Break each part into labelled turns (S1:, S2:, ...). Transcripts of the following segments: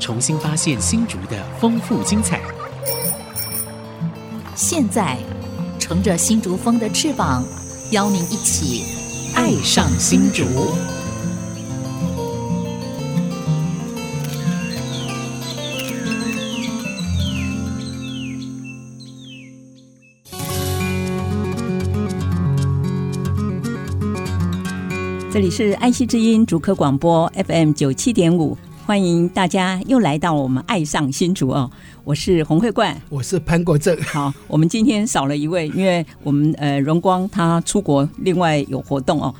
S1: 重新发现新竹的丰富精彩。
S2: 现在乘着新竹风的翅膀，邀您一起
S1: 爱上新竹。
S3: 这里是爱惜之音主科广播 FM 九七点五，欢迎大家又来到我们爱上新竹哦，我是洪慧冠。
S4: 我是潘国正，
S3: 好，我们今天少了一位，因为我们呃荣光他出国，另外有活动哦。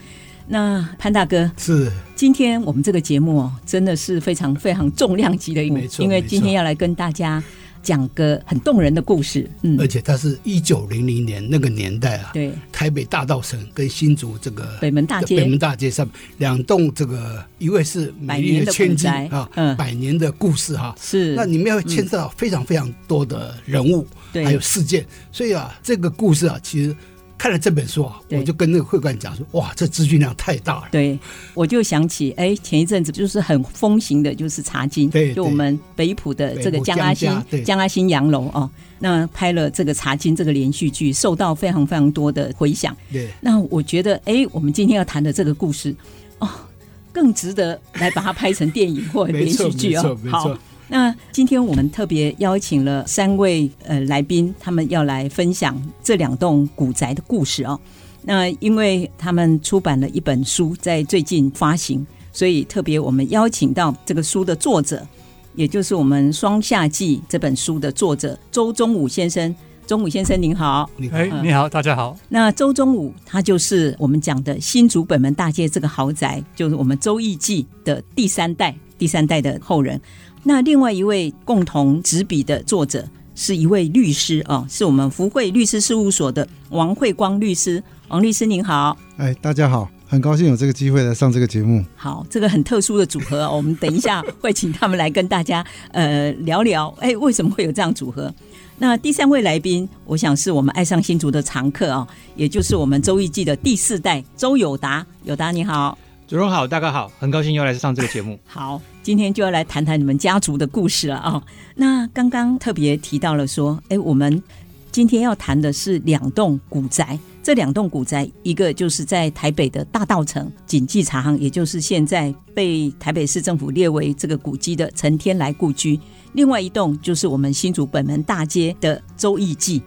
S3: 那潘大哥，
S4: 是
S3: 今天我们这个节目哦，真的是非常非常重量级的一幕
S4: 没，错
S3: 因为
S4: 没错
S3: 今天要来跟大家讲个很动人的故事。嗯
S4: 而，且他是一九零零年那个年代啊，
S3: 对，
S4: 台北大道城跟新竹这个
S3: 北门大街
S4: 北门大街上两栋这个，一位是美丽千金
S3: 百年的古宅
S4: 啊，
S3: 嗯
S4: 百年的故事哈、
S3: 是
S4: 那里面会牵涉到非常非常多的人物，
S3: 对
S4: 还有事件，所以啊，这个故事啊，其实看了这本书啊，
S3: 对
S4: 我就跟那个会馆讲说，哇，这资讯量太大了，
S3: 对，我就想起，哎，前一阵子就是很风行的，就是茶经，
S4: 对
S3: 就我
S4: 对
S3: 们北浦的这个
S4: 北浦
S3: 江阿新
S4: 江家对
S3: 江阿新洋楼哦，那拍了这个茶经这个连续剧，受到非常非常多的回响。
S4: 对。
S3: 那我觉得，哎，我们今天要谈的这个故事，哦，更值得来把它拍成电影或
S4: 没
S3: 连
S4: 错
S3: 续剧
S4: 没
S3: 哦
S4: 错。没错
S3: 好，那今天我们特别邀请了三位呃来宾，他们要来分享这两栋古宅的故事哦。那因为他们出版了一本书，在最近发行，所以特别我们邀请到这个书的作者，也就是我们《双夏记》这本书的作者周忠武先生。钟武先生您好，
S4: 你看
S5: 哎，
S3: 嗯
S5: 你好，大家好。
S3: 那周中武他就是我们讲的新竹本门大街这个豪宅，就是我们周易记的第三代，第三代的后人。那另外一位共同执笔的作者是一位律师哦，是我们福慧律师事务所的王慧光律师。王律师您好，
S6: 哎，大家好，很高兴有这个机会来上这个节目。
S3: 好，这个很特殊的组合 哦，我们等一下会请他们来跟大家呃聊聊，哎，为什么会有这样组合？那第三位来宾，我想是我们爱上新竹的常客哦，也就是我们周易记的第四代周友达，友达你好，。
S5: 主任好，大家好，很高兴又来上这个节目
S3: 好，今天就要来谈谈你们家族的故事了哦。那刚刚特别提到了说，哎，我们今天要谈的是两栋古宅，这两栋古宅，一个就是在台北的大道城锦记茶行，也就是现在被台北市政府列为这个古迹的陈天来故居，另外一栋就是我们新竹本门大街的周易记。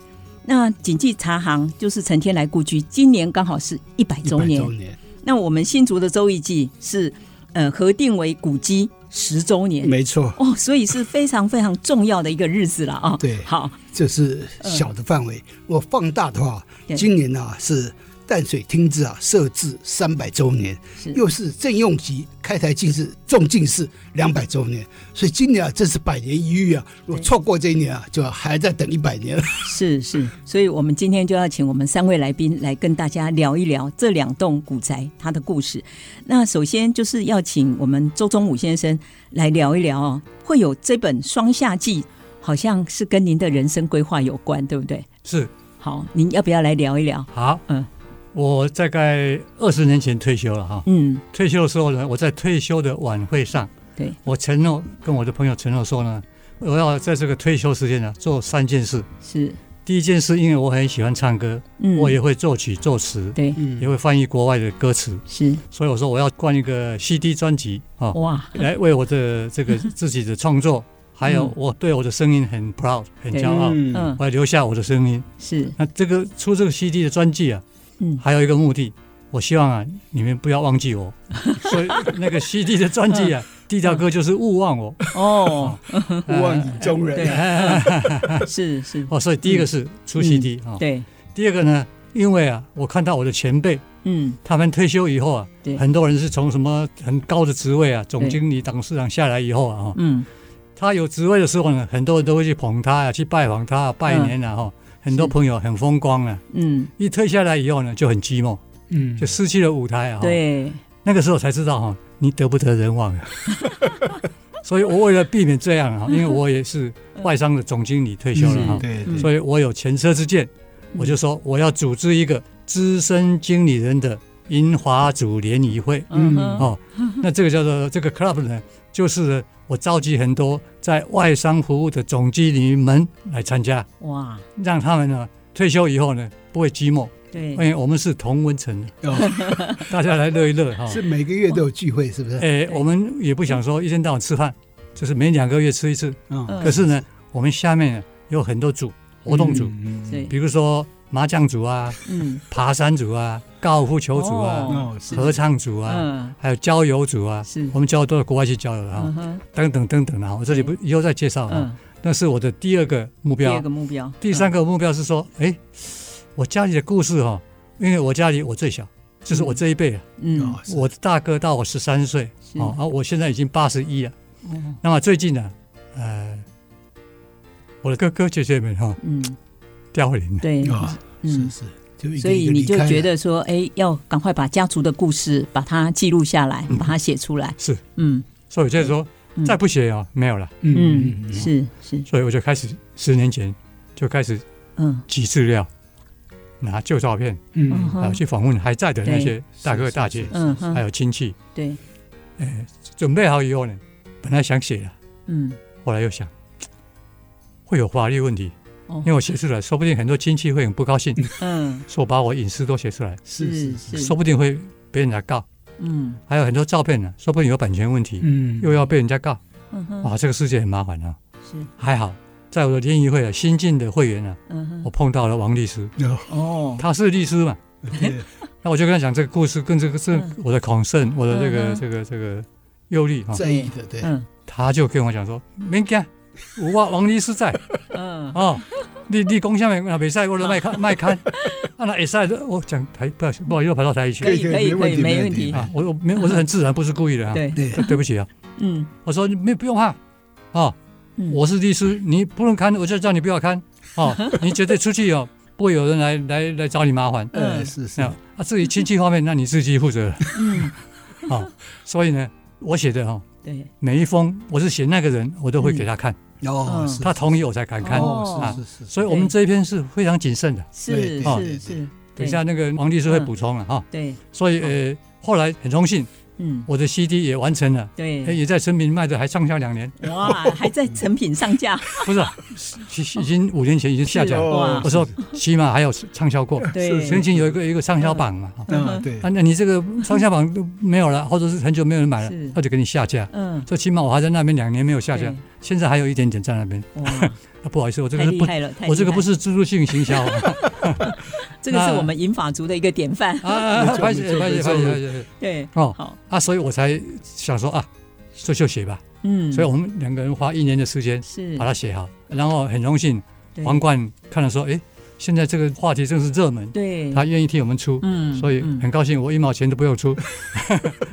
S3: 那锦记茶行就是陈天来故居，今年刚好是一百
S4: 一
S3: 周
S4: 百
S3: 年
S4: 周，年，
S3: 那我们新竹的周易记是呃核定为古迹十周年
S4: 没错，
S3: 哦，所以是非常非常重要的一个日子了啊、
S4: 对
S3: 好，
S4: 这是小的范围。我放大的话
S3: 嗯对，
S4: 今年啊是淡水厅制啊设置三百周年，
S3: 是
S4: 又是郑用吉开台进士中进士两百周年，所以今年啊，这是百年一遇啊！如果错过这一年啊，就还在等一百年了。
S3: 是是，所以我们今天就要请我们三位来宾来跟大家聊一聊这两栋古宅它的故事。那首先就是要请我们周宗武先生来聊一聊哦，会有这本《双夏记》，好像是跟您的人生规划有关，对不对？
S5: 是，
S3: 好，您要不要来聊一聊？
S5: 好，
S3: 嗯
S5: 嗯，我大概二十年前退休了哈。
S3: 嗯，
S5: 退休的时候呢，我在退休的晚会上，
S3: 对
S5: 我承诺跟我的朋友承诺说呢，我要在这个退休时间呢做三件事。
S3: 是，
S5: 第一件事，因为我很喜欢唱歌，
S3: 嗯，
S5: 我也嗯会作曲作词，
S3: 对，
S5: 也会翻译国外的歌词，
S3: 是，
S5: 所以我说我要灌一 个 CD 专辑啊，
S3: 哇，
S5: 来为我的这 个自己的创作，还有
S3: 嗯
S5: 我对我的声音很 proud，很
S3: 对
S5: 骄傲，
S3: 嗯，
S5: 我要留下我的声音。
S3: 是，
S5: 那这个出这个 CD 的专辑啊，
S3: 嗯
S5: 还有一个目的，我希望啊，你们不要忘记 我。所以那个 CD 的专辑
S3: 嗯
S5: 啊，第一条歌就是《勿忘 我
S3: 哦，
S4: 勿忘影中人，》
S3: 是是，
S5: 哦，所以第一个是
S3: 嗯
S5: 出 CD 啊、
S3: 对，
S5: 第二个呢，因为啊，我看到我的前辈
S3: 嗯，
S5: 他们退休以后啊
S3: 对，
S5: 很多人是从什么很高的职位啊，总经理、董事长下来以后啊，哦
S3: 嗯，
S5: 他有职位的时候呢，很多人都会去捧他呀，去拜访他啊，拜年啊，哈、很多朋友很风光啊。
S3: 嗯，
S5: 一退下来以后呢，就很寂寞，
S4: 嗯
S5: 就失去了舞台啊。哈，
S3: 对，
S5: 那个时候才知道哈，你得不得人望啊。所以我为了避免这样啊哈，因为我也是外商的总经理退休了哈，
S4: 对
S3: 嗯
S4: 对
S5: 所以我有前车之鉴，我就说我要组织一个资深经理人的银华组联谊会。
S3: 嗯哼，
S4: 嗯
S5: 哦，那这个叫做这个 club 呢，就是我召集很多在外商服务的总经理们来参加，
S3: 哇，
S5: 让他们呢退休以后呢不会寂寞，
S3: 对
S5: 因，为我们是同温层，
S4: 哦，
S5: 大家来乐一乐哈。
S4: 是每个月都有聚会，是 不是？
S5: 诶，我们也不想说一天到晚吃饭，就是每两个月吃一次。
S4: 嗯，
S5: 可是呢，我们下面呢有很多组活动组，
S4: 嗯，
S3: 对，
S5: 比如说麻将 组啊、
S3: 嗯，
S5: 爬山组啊、高尔夫球组啊、
S4: 哦，是
S5: 合唱组啊，
S3: 嗯，
S5: 还有郊游组啊。
S3: 是，
S5: 我们郊游都到国外去郊游了哈。
S3: 嗯哼，
S5: 等等等等啊，我这里不以后再介绍啊。
S3: 嗯，
S5: 那是我的第二个目
S3: 第二
S5: 标
S3: 个，目标，
S5: 第三
S3: 个，
S5: 个目标是说，哎，我家里的故事哈，因为我家里我最小，就是我这一辈啊，
S3: 嗯
S4: 哦，是
S5: 我的大哥到我十三岁
S3: 是
S5: 哦，啊，我现在已经八十一了。
S3: 哦
S5: 那么最近呢，呃，我的哥哥姐姐们哈
S3: 嗯，
S5: 凋零了，
S3: 对，
S4: 啊，是
S3: 嗯，
S4: 是，就一个
S3: 所以
S4: 一个
S3: 你
S4: 离
S3: 就
S4: 开
S3: 觉
S4: 了
S3: 得说，哎，要赶快把家族的故事把它记录下来，把它写出来，
S5: 是，
S3: 嗯
S5: 所以我就说
S3: 嗯
S5: 再不写啊没有了，
S4: 嗯
S3: 嗯，是是，
S5: 所以我就开始十年前就开始
S3: 嗯
S5: 集资料，拿旧照片，
S3: 嗯
S4: 嗯
S5: 然后
S3: 哼，
S5: 去访问还在的那
S3: 对
S5: 些大哥
S4: 是是
S5: 大姐
S4: 是。
S3: 嗯
S5: 还
S3: 哼，
S5: 有亲戚，
S3: 对，
S5: 哎，准备好以后呢，本来想写的，
S3: 嗯，
S5: 后来又想嘖会有法律问题，
S3: 哦
S5: 因为我写出来，说不定很多亲戚会很不高兴，
S3: 嗯
S5: 说我把我隐私都写出来，
S4: 是是，
S3: 是
S5: 说不定会别人来告，
S3: 嗯
S5: 还有很多照片呢，说不定有版权问题，
S4: 嗯
S5: 又要被人家告，
S3: 嗯哼，
S5: 哇，这个世界很麻烦啊。
S3: 是，
S5: 还好，在我的联谊会啊，新进的会员啊，
S3: 嗯哼
S5: 我，碰到了王律师，
S3: 哦，
S5: 他是律师嘛，
S4: 对
S5: 那我就跟他讲这个故事，跟这个这
S3: 嗯
S5: 我的恐慎，我的这
S3: 嗯
S5: 个
S3: 哼
S5: 这个这个忧虑啊，
S4: 在意的，对，
S3: 嗯
S5: 他就跟我讲说，免惊，有我王律师在。
S3: 嗯，
S5: 哦，你你讲下面那没赛，我都卖看卖看，啊那也赛，我讲台不好意思，不好意思，我跑到台语
S3: 可
S5: 去
S3: 以可以可以，没问题，
S5: 啊，我我没我是很自然，不是故意的啊，
S3: 对，
S4: 对，
S5: 对不起啊，
S3: 嗯，
S5: 我说你没不用怕，哦，
S3: 嗯
S5: 我是律师，你不能看，我就叫你不要看， 哦，你绝对出去哦，不会有人来来来找你麻烦，
S4: 呃，是是
S5: 那，啊至于亲戚方面，那你自己负责，
S3: 嗯，
S5: 哦，所以呢，我写的哈、哦。
S3: 对，
S5: 每一封我是写那个人，我都会给他看，
S4: 哦，
S3: 嗯
S4: 是
S5: 他同意我才敢看。
S4: 哦
S5: 啊，
S4: 是是是，
S5: 所以我们这一篇是非常谨慎的。
S3: 是是是，
S5: 等一下，那个王律师会补充了
S4: 嗯
S5: 哈。
S3: 对，
S5: 所以呃，后来很荣幸，
S3: 嗯，
S5: 我的 CD 也完成了，诶
S4: 嗯
S3: 对，
S5: 也在成品卖的还上下两年，
S3: 哇，还在成品上 架，
S5: 不是啊，是是已经五年前已经下架
S3: 是啊
S5: 了。
S3: 哇
S5: 我说起码还有畅销过，
S3: 对，
S5: 曾经有一个一个畅销榜嘛。啊
S4: 嗯对
S5: 啊，，那你这个畅销榜都没有了，或者是很久没有人买
S3: 是
S5: 了，他就给你下架。
S3: 嗯，
S5: 这起码我还在那边两年没有下架
S3: 对，
S5: 现在还有一点点在那边。
S3: 哇，
S5: 啊不好意思，我这个
S3: 太
S5: 是
S3: 厉
S5: 不，
S3: 害了，太
S5: 我这个不是自助性行销啊
S3: 这个是我们银法族的一个典范，
S5: 啊啊！啊
S4: 错
S5: 拍
S4: 没
S5: 写
S4: 错
S5: 拍写
S4: 没
S5: 拍
S4: 错
S5: 写拍写
S3: 对，
S5: 哦
S3: 好，
S5: 啊，所以我才想说啊，就就写吧。
S3: 嗯，
S5: 所以我们两个人花一年的时间
S3: 是
S5: 把它写好，然后很荣幸
S3: 对
S5: 王冠看了说，诶，现在这个话题正是热门，
S3: 对，
S5: 他愿意替我们出，
S3: 嗯，
S5: 所以很高兴，我一毛钱都不 用出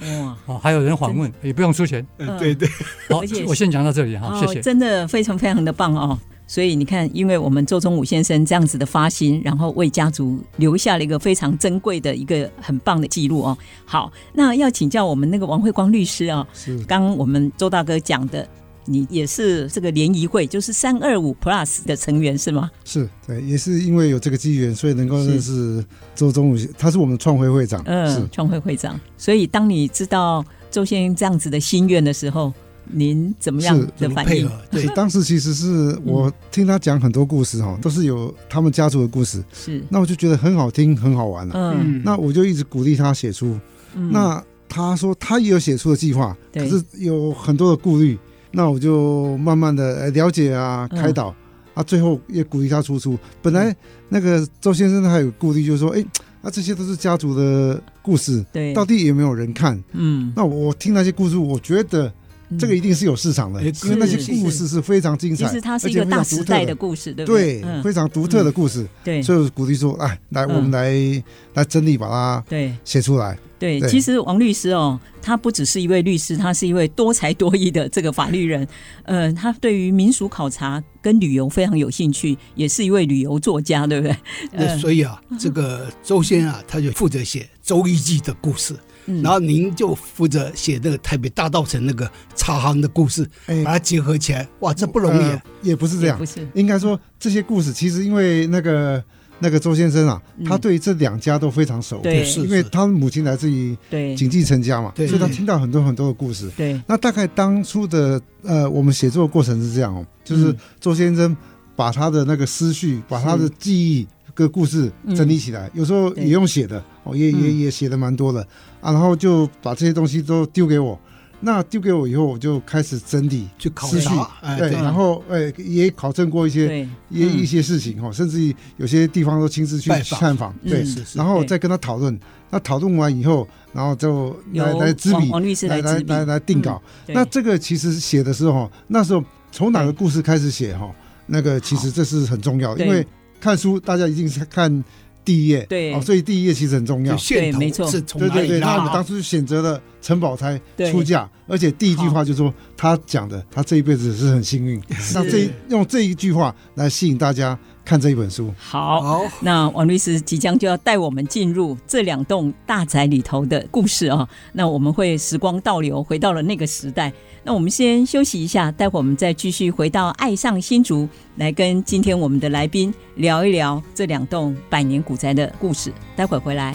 S3: 嗯哇，
S5: 啊，还有人访问也不用出钱。
S4: 呃对对，
S5: 好
S3: 嗯而且，
S5: 我先讲到这里哈，谢
S3: 哦，
S5: 谢。
S3: 真的非常非常的棒哦。所以你看，因为我们周宗武先生这样子的发心，然后为家族留下了一个非常珍贵的一个很棒的记录哦。好，那要请教我们那个王慧光律师啊、
S6: 是
S3: 刚刚我们周大哥讲的，你也是这个联谊会，就是三二五 Plus 的成员是吗？
S6: 是，对，也是因为有这个机缘，所以能够认识周宗武，他是我们创会会长，是
S3: 嗯，创会会长。所以当你知道周先生这样子的心愿的时候，您怎么样
S6: 是
S3: 的
S4: 怎么
S3: 反
S4: 配
S3: 应？
S4: 合？对
S6: 是，当时其实是
S3: 嗯
S6: 我听他讲很多故事哦，都是有他们家族的故事，
S3: 是，
S6: 那我就觉得很好听，很好玩啊。
S3: 嗯，
S6: 那我就一直鼓励他写书。
S3: 嗯
S6: 那他说他也有写书的计划，可
S3: 对
S6: 是有很多的顾虑。那我就慢慢的了解啊，
S3: 嗯
S6: 开导、啊，最后也鼓励他出书。本来那个周先生他还有顾虑，就是说，哎，啊，这些都是家族的故事，
S3: 对，
S6: 到底有没有人看？
S3: 嗯
S6: 那我听那些故事，我觉得这个一定是有市场的，
S4: 哎
S6: 因为那些故事是非常精
S3: 其
S6: 彩，
S3: 实它是
S6: 而
S3: 一
S6: 且
S3: 个
S6: 非常
S3: 大
S6: 独
S3: 时
S6: 特
S3: 代的
S6: 的。
S3: 故事，对不
S6: 对，
S3: 嗯
S6: 非常独特的故事，
S3: 对
S6: 所以鼓励说，哎，来，
S3: 嗯
S6: 我们来来整理把它
S3: 对
S6: 写出来。
S3: 对，
S6: 对
S3: 其实王律师哦，他不只是一位律师，他是一位多才多艺的这个法律人。呃，他对于民俗考察跟旅游非常有兴趣，也是一位旅游作家，对不 呃对？
S4: 那
S3: 嗯
S4: 所以啊，这个周先啊，他就负责写《周易记》的故事，
S3: 嗯
S4: 然后您就负责写那个台北大道城那个茶行的故事，
S6: 哎
S4: 把它结合起来，哇，这不容易啊
S6: 呃。也不是这
S3: 也
S6: 样
S3: 不，是，
S6: 应该说这些故事其实因为那个那个周先生啊，
S3: 嗯
S6: 他对这两家都非常熟，
S3: 对
S4: 是
S6: 因为他母亲来自于
S3: 对
S6: 景记陈家嘛，所
S4: 对
S6: 以他听到很多很多的故事。
S3: 对
S6: 那大概当初的呃，我们写作的过程是这样哦，就是
S3: 嗯
S6: 周先生把他的那个思绪，把他的记忆跟故事整理起来，有时候
S3: 对
S6: 也用写的哦，也也
S3: 嗯
S6: 也写的蛮多的啊，然后就把这些东西都丢给我。那丢给我以后，我就开始整理，
S4: 去考
S6: 思绪
S4: 察，哎，
S6: 对，
S4: 对，
S6: 然后呃也考证过一些
S3: 对，
S6: 一一
S3: 嗯
S6: 些事情哈，甚至有些地方都亲自去
S4: 拜访
S6: 探访，对
S3: 嗯，
S4: 是是
S6: 然后
S3: 对
S6: 再跟他讨论。那讨论完以后，然后就来
S3: 由
S6: 来执
S3: 王
S6: 笔，
S3: 王律师
S6: 来
S3: 执
S6: 来
S3: 笔
S6: 来，来定稿。
S3: 嗯对
S6: 那这个其实写的时候，那时候从哪个故事开始写哈？那个其实这是很重要的，
S3: 对
S6: 因为看书大家一定是看第一页，
S3: 对
S6: 哦，所以第一页其实很重要
S4: 就。线
S3: 对没错
S4: 头是从
S6: 对
S4: 哪
S6: 对
S4: 里
S6: 对，那我
S4: 拉
S6: 们当
S4: 的？
S6: 初选择了陈宝钗
S3: 对
S6: 出嫁，而且第一句话就说他讲的，他这一辈子是很 幸运。那这用这一句话来吸引大家看这一本书。
S3: 好。
S4: 好，
S3: 那王律师即将就要带我们进入这两栋大宅里头的故事啊、那我们会时光倒流，回到了那个时代。那我们先休息一下，待会我们再继续回到《爱上新竹》，来跟今天我们的来宾聊一聊这两栋百年古宅的故事。待会儿回来。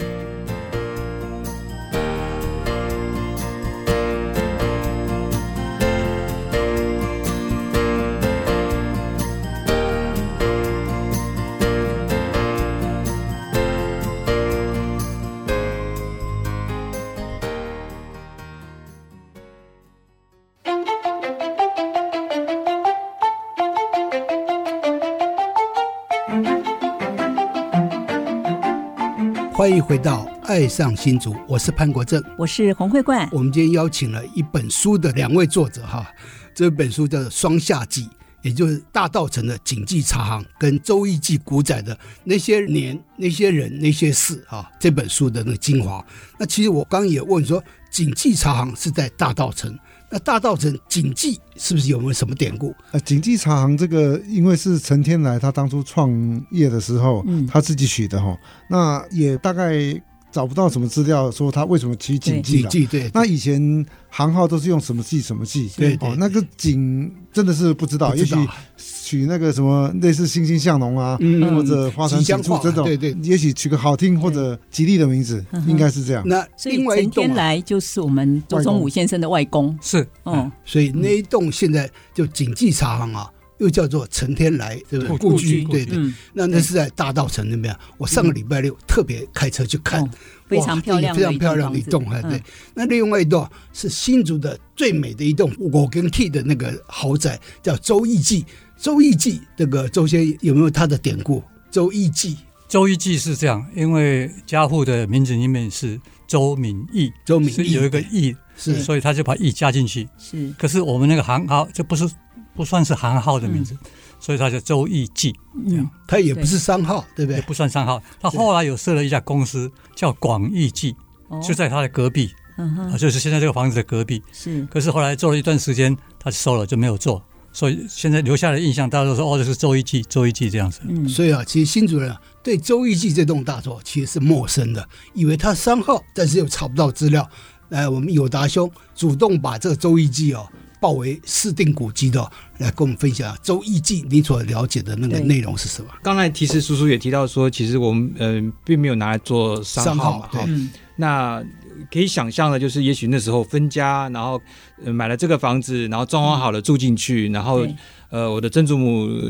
S4: 欢迎回到《爱上新竹》，我是潘国正。
S3: 我是洪慧冠，
S4: 我们今天邀请了一本书的两位作者哈，这本书叫做《双夏记》，也就是大道城的景记茶行跟周易记古仔的那些年、那些人、那些事啊，这本书的那个精华。那其实我刚也问说，景记茶行是在大道城，那大道城景记是不是有没有什么典故？
S6: 呃，景记茶行这个，因为是陈天来他当初创业的时候，
S3: 嗯
S6: 他自己取的哈，那也大概找不到什么资料说他为什么取景记
S4: 景
S6: 了。
S4: 记对，
S6: 那以前行号都是用什么记什么记，
S4: 对对
S6: 哦，那个景真的是不知道，
S4: 不知道
S6: 也许取那个什么类似星星向荣啊，
S4: 嗯
S6: 或者花船
S4: 吉
S6: 锦
S4: 祥
S6: 处
S4: 话
S6: 这种，
S4: 对对
S6: 也许取个好听或者吉利的名字
S3: 嗯，哼
S6: 应该是这样。
S4: 那
S3: 所以
S4: 另外一
S3: 陈
S4: 栋、
S3: 天
S4: 啊，
S3: 来就是我们周宗武先生的外公。
S5: 是
S3: 嗯，
S4: 所以那一栋现在就景记茶行啊，又叫做陈天来，对不对？
S5: 故
S4: 居
S5: 故
S4: 对
S5: 居
S4: 对。
S3: 嗯，
S4: 那那是在大道城那边啊，我上个礼拜六特别开车去看
S3: 哦，非常
S4: 哇
S3: 漂亮的
S4: 非常漂亮的
S3: 一
S4: 一
S3: 栋
S4: 栋，
S3: 房
S4: 哎，
S3: 子
S4: 对
S3: 嗯。
S4: 那另外一栋是新竹的最美的一栋我跟 T 的那个豪宅，叫周易记。周易记这个周先生有没有他的典故？周易记，
S5: 周易记是这样，因为家户的名字里面是周敏义，
S4: 周敏
S5: 是
S4: 义
S5: 有一个义，
S4: 是
S5: 所以他就把义加进去。
S3: 是
S5: 可是我们那个行号，这不是不算是行号的名
S4: 嗯
S5: 字，所以他叫周易记，
S3: 嗯
S4: 他也不是商号，对不
S5: 也
S4: 对？
S5: 不算商号。他后来有设了一家公司叫广义记，
S3: 哦
S5: 就在他的隔壁，
S3: 嗯哼
S5: 啊，就是现在这个房子的隔壁。
S3: 是
S5: 可是后来做了一段时间，他收了就没有做，所以现在留下的印象，大家都说哦，这是周一记，周一记这样子。
S3: 嗯
S4: 所以啊，其实新主人啊，对周易记这栋大作其实是陌生的，以为他商号，但是又查不到资料。呃，我们友达兄主动把这个周易记哦报为市定古迹的哦、来跟我们分享周易记你所了解的那个
S3: 对
S4: 内容是什么？
S7: 刚才提示叔叔也提到说，其实我们嗯、呃并没有拿来做商号嘛，
S4: 商号
S7: 哈
S4: 对。
S3: 嗯
S7: 那可以想象的，就是也许那时候分家，然后、呃买了这个房子，然后装潢好了住进去，然后
S3: 对
S7: 呃，我的曾祖母呃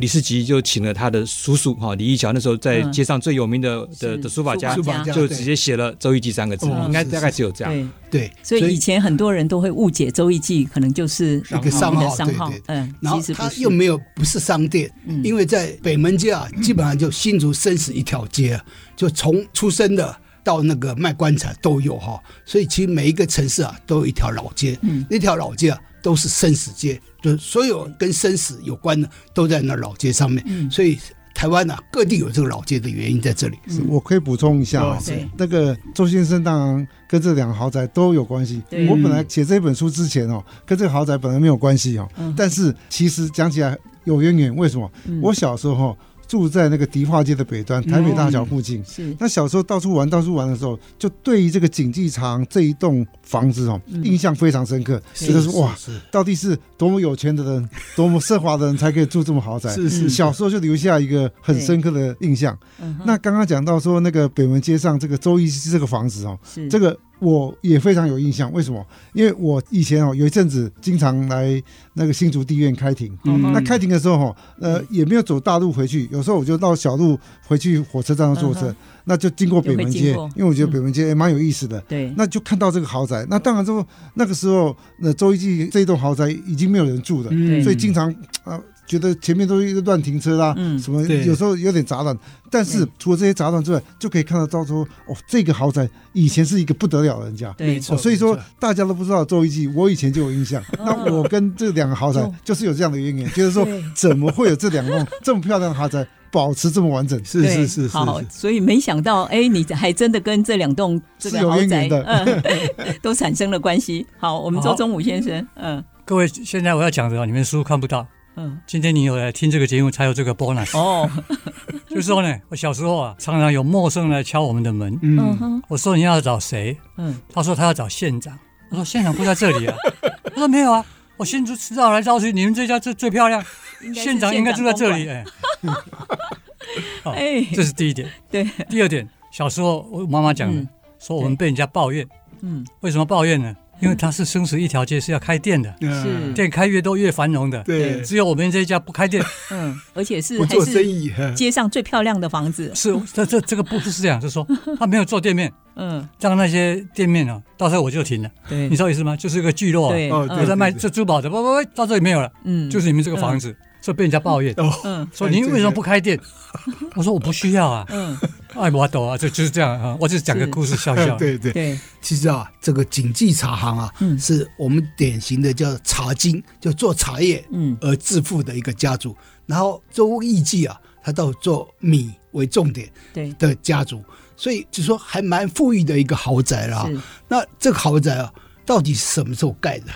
S7: 李世吉就请了他的叔叔哈李义桥，那时候在
S3: 嗯
S7: 街上最有名的、的
S3: 是
S7: 的书法家，
S3: 书
S4: 书
S3: 法家
S4: 法家
S7: 就直接写了《周易记》三个字，
S4: 哦
S7: 应该
S4: 是
S7: 大概只有这样。
S3: 对。
S4: 对，
S3: 所以以前很多人都会误解《周易记》可能就是
S4: 一
S3: 我
S4: 个商
S3: 们的
S4: 号，
S3: 商号
S4: 对对，对。
S3: 嗯，
S4: 然后
S3: 其实不
S4: 它
S3: 是
S4: 又没有不是商店，
S3: 嗯
S4: 因为在北门街啊，基本上就新竹生死一条街啊，就从出生的到那个卖棺材都有哈、所以其实每一个城市啊都有一条老街，
S3: 嗯
S4: 那条老街啊都是生死街，就是所有跟生死有关的都在那老街上面，
S3: 嗯
S4: 所以台湾啊各地有这个老街的原因在这里。
S3: 嗯
S6: 是我可以补充一下啊
S4: 哦，
S3: 是
S6: 那个周先生当然跟这两个豪宅都有关系
S3: 对。
S6: 我本来写这本书之前哦，跟这个豪宅本来没有关系哦
S3: 嗯，
S6: 但是其实讲起来有渊源。为什么？
S3: 嗯
S6: 我小时候哦住在那个迪化街的北端，台北大桥附近。
S3: 是
S6: 那小时候到处玩，到处玩的时候，就对于这个景记长这一栋房子哦，
S3: 嗯
S6: 印象非常深刻，觉得说哇，
S4: 是
S6: 到底是多么有钱的人，多么奢华的人才可以住这么豪宅。嗯
S4: 是
S3: 嗯
S4: 是，
S6: 小时候就留下一个很深刻的印象。
S4: 嗯
S6: 那刚刚讲到说那个北门街上这个周易这个房子哦，
S3: 是
S6: 这个我也非常有印象。为什么？因为我以前哦有一阵子经常来那个新竹地院开庭。
S3: 嗯
S6: 那开庭的时候哦，呃，也没有走大路回去，有时候我就到小路回去火车站坐车，
S3: 嗯哼
S6: 那就经过北门
S3: 就会经
S6: 街
S3: 过，嗯
S6: 因为我觉得北门街也蛮有意思的。
S3: 对，
S6: 那就看到这个豪宅，那当然之后那个时候，那周一记这一栋豪宅已经没有人住了，
S3: 嗯对
S6: 所以经常啊、觉得前面都是一个乱停车啦、
S3: 嗯
S6: 什么
S4: 对
S6: 有时候有点杂乱。但是
S3: 对
S6: 除了这些杂乱之外，就可以看得到说，哦，这个豪宅以前是一个不得了的人家。
S3: 对，
S6: 哦、所以
S4: 没
S6: 说
S4: 错
S6: 大家都不知道周一记，我以前就有印象。那我跟这两个豪宅
S3: 哦
S6: 就是有这样的渊源，就是说
S3: 对
S6: 怎么会有这两栋这么漂亮的豪宅保持这么完整？
S4: 是
S3: 对
S4: 是是是，
S3: 好，所以没想到，哎，你还真的跟这两栋这个
S6: 是有
S3: 豪
S6: 渊
S3: 宅，
S6: 源的
S3: 嗯， 都产生了关系。好，我们周
S5: 好
S3: 宗武先生， 嗯
S5: 各位，现在我要讲的，啊你们书看不到。
S3: 嗯，
S5: 今天你有来听这个 节目，才有这个 bonus。
S3: 哦，
S5: 就是说呢，我小时候啊，常常有陌生人来敲我们的门。
S3: 嗯哼，
S5: 我说你要找谁？
S3: 嗯，
S5: 他说他要找县长。我说县长不在这 里啊。他说没有啊，我新竹绕来绕去，你们这家最最漂亮，
S3: 应该是
S5: 县长应该住在这
S3: 县
S5: 里。哎，
S3: 长公馆，哎，
S5: 这是第一点。
S3: 对，
S5: 第二点，小时候我妈妈讲的
S3: 嗯，
S5: 说我们被人家抱怨，
S3: 嗯，
S5: 为什么抱怨呢？因为他是生死一条街，是要开店的，
S4: 嗯
S3: 是
S5: 店开越多越繁荣的。
S4: 对，
S5: 只有我们这一家不开店，
S3: 嗯，而且是
S4: 不
S3: 还
S4: 做生
S3: 是
S4: 意，嗯呵
S3: 街上最漂亮的房子，
S5: 是这这这个不是这 样，是说他没有做店面，
S3: 嗯，
S5: 让那些店面啊，到时候我就停了，
S3: 对
S5: 你，知道意思吗？就是一个聚落啊，
S3: 对，
S4: 哦
S5: 我在
S3: 嗯
S4: 对
S5: 卖这珠宝的，不不不，到这里没有了，
S3: 嗯，
S5: 就是你们这个房子，所以被人家抱怨，
S3: 嗯
S5: 说你为什么不开 店？我说我不需要啊，
S3: 嗯，
S5: 哎，我懂啊，就就是这样啊，我就讲个故事笑笑。
S4: 对对，
S3: 对，
S4: 其实啊，这个景记茶行啊，
S3: 嗯
S4: 是我们典型的叫茶经，就做茶叶
S3: 嗯
S4: 而致富的一个家族。然后周易记啊，他到做米为重点
S3: 对，
S4: 的家族，所以就说还蛮富裕的一个豪宅啦、
S3: 是
S4: 那这个豪宅啊，到底是什么时候盖的？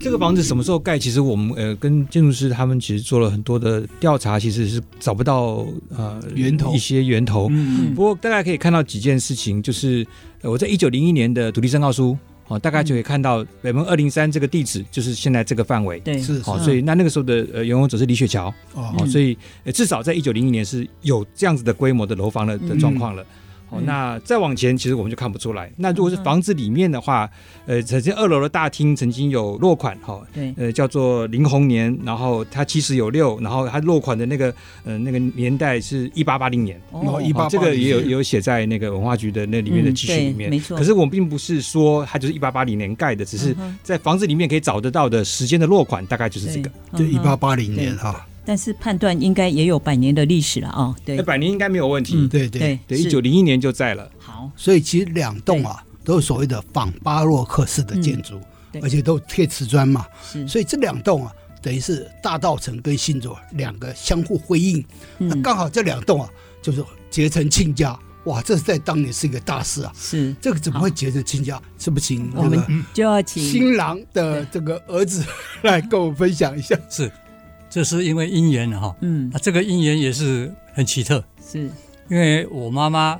S7: 这个房子什么时候盖？其实我们呃跟建筑师他们其实做了很多的调查，其实是找不到呃
S4: 源头
S7: 一些源头。
S4: 嗯
S3: 嗯
S7: 不过大概可以看到几件事情，就是呃我在一九零一年的土地申告书哦，大概就可以看到北门二零三这个地址就是现在这个范围。
S3: 对，
S4: 是
S7: 好、
S3: 嗯
S7: 所以那那个时候的呃拥有者是李雪桥，
S4: 哦
S7: 哦，
S3: 嗯
S7: 所以呃至少在一九零一年是有这样子的规模的楼房的的状况了。哦，
S3: 嗯
S7: 那再往前，其实我们就看不出来。那如果是房子里面的话，呃，曾经二楼的大厅曾经有落款哈、哦，
S3: 对，
S7: 呃，叫做林红年，然后它七十有六，然后它落款的那个呃那个年代是一八八零年，
S4: 然后一八
S7: 哦这个也有也有写在那个文化局的那里面的
S3: 嗯
S7: 记叙
S3: 对
S7: 里面。
S3: 没错
S7: 可是我们并不是说它就是一八八零年盖的，只是
S3: 嗯哼
S7: 在房子里面可以找得到的时间的落款，大概就是这个。
S4: 对，一八
S3: 包，
S4: 八零年哈、
S3: 嗯但是判断应该也有百年的历史了啊，对
S7: 哎那，百年应该没有问题。
S3: 嗯
S4: 对对
S3: 对，
S7: 对，
S3: 是
S7: 一九零一年就在了。
S3: 好，
S4: 所以其实两栋啊都是所谓的仿巴洛克式的建筑，
S3: 嗯对
S4: 而且都贴瓷砖嘛，
S3: 是，
S4: 所以这两栋啊等于是大道城跟新竹啊两个相互辉映，那
S3: 嗯，
S4: 刚好这两栋啊就是结成亲家，哇，这是在当年是一个大事啊。
S3: 是，
S4: 这个怎么会结成亲家？是不是请
S3: 哦我
S4: 那
S3: 们
S4: 个嗯
S3: 就要请，
S4: 新郎的这个儿子 来跟我分享一下？
S5: 是，这是因为姻缘哈、啊，
S3: 嗯，
S5: 这个姻缘也是很奇特，
S3: 是，
S5: 因为我妈妈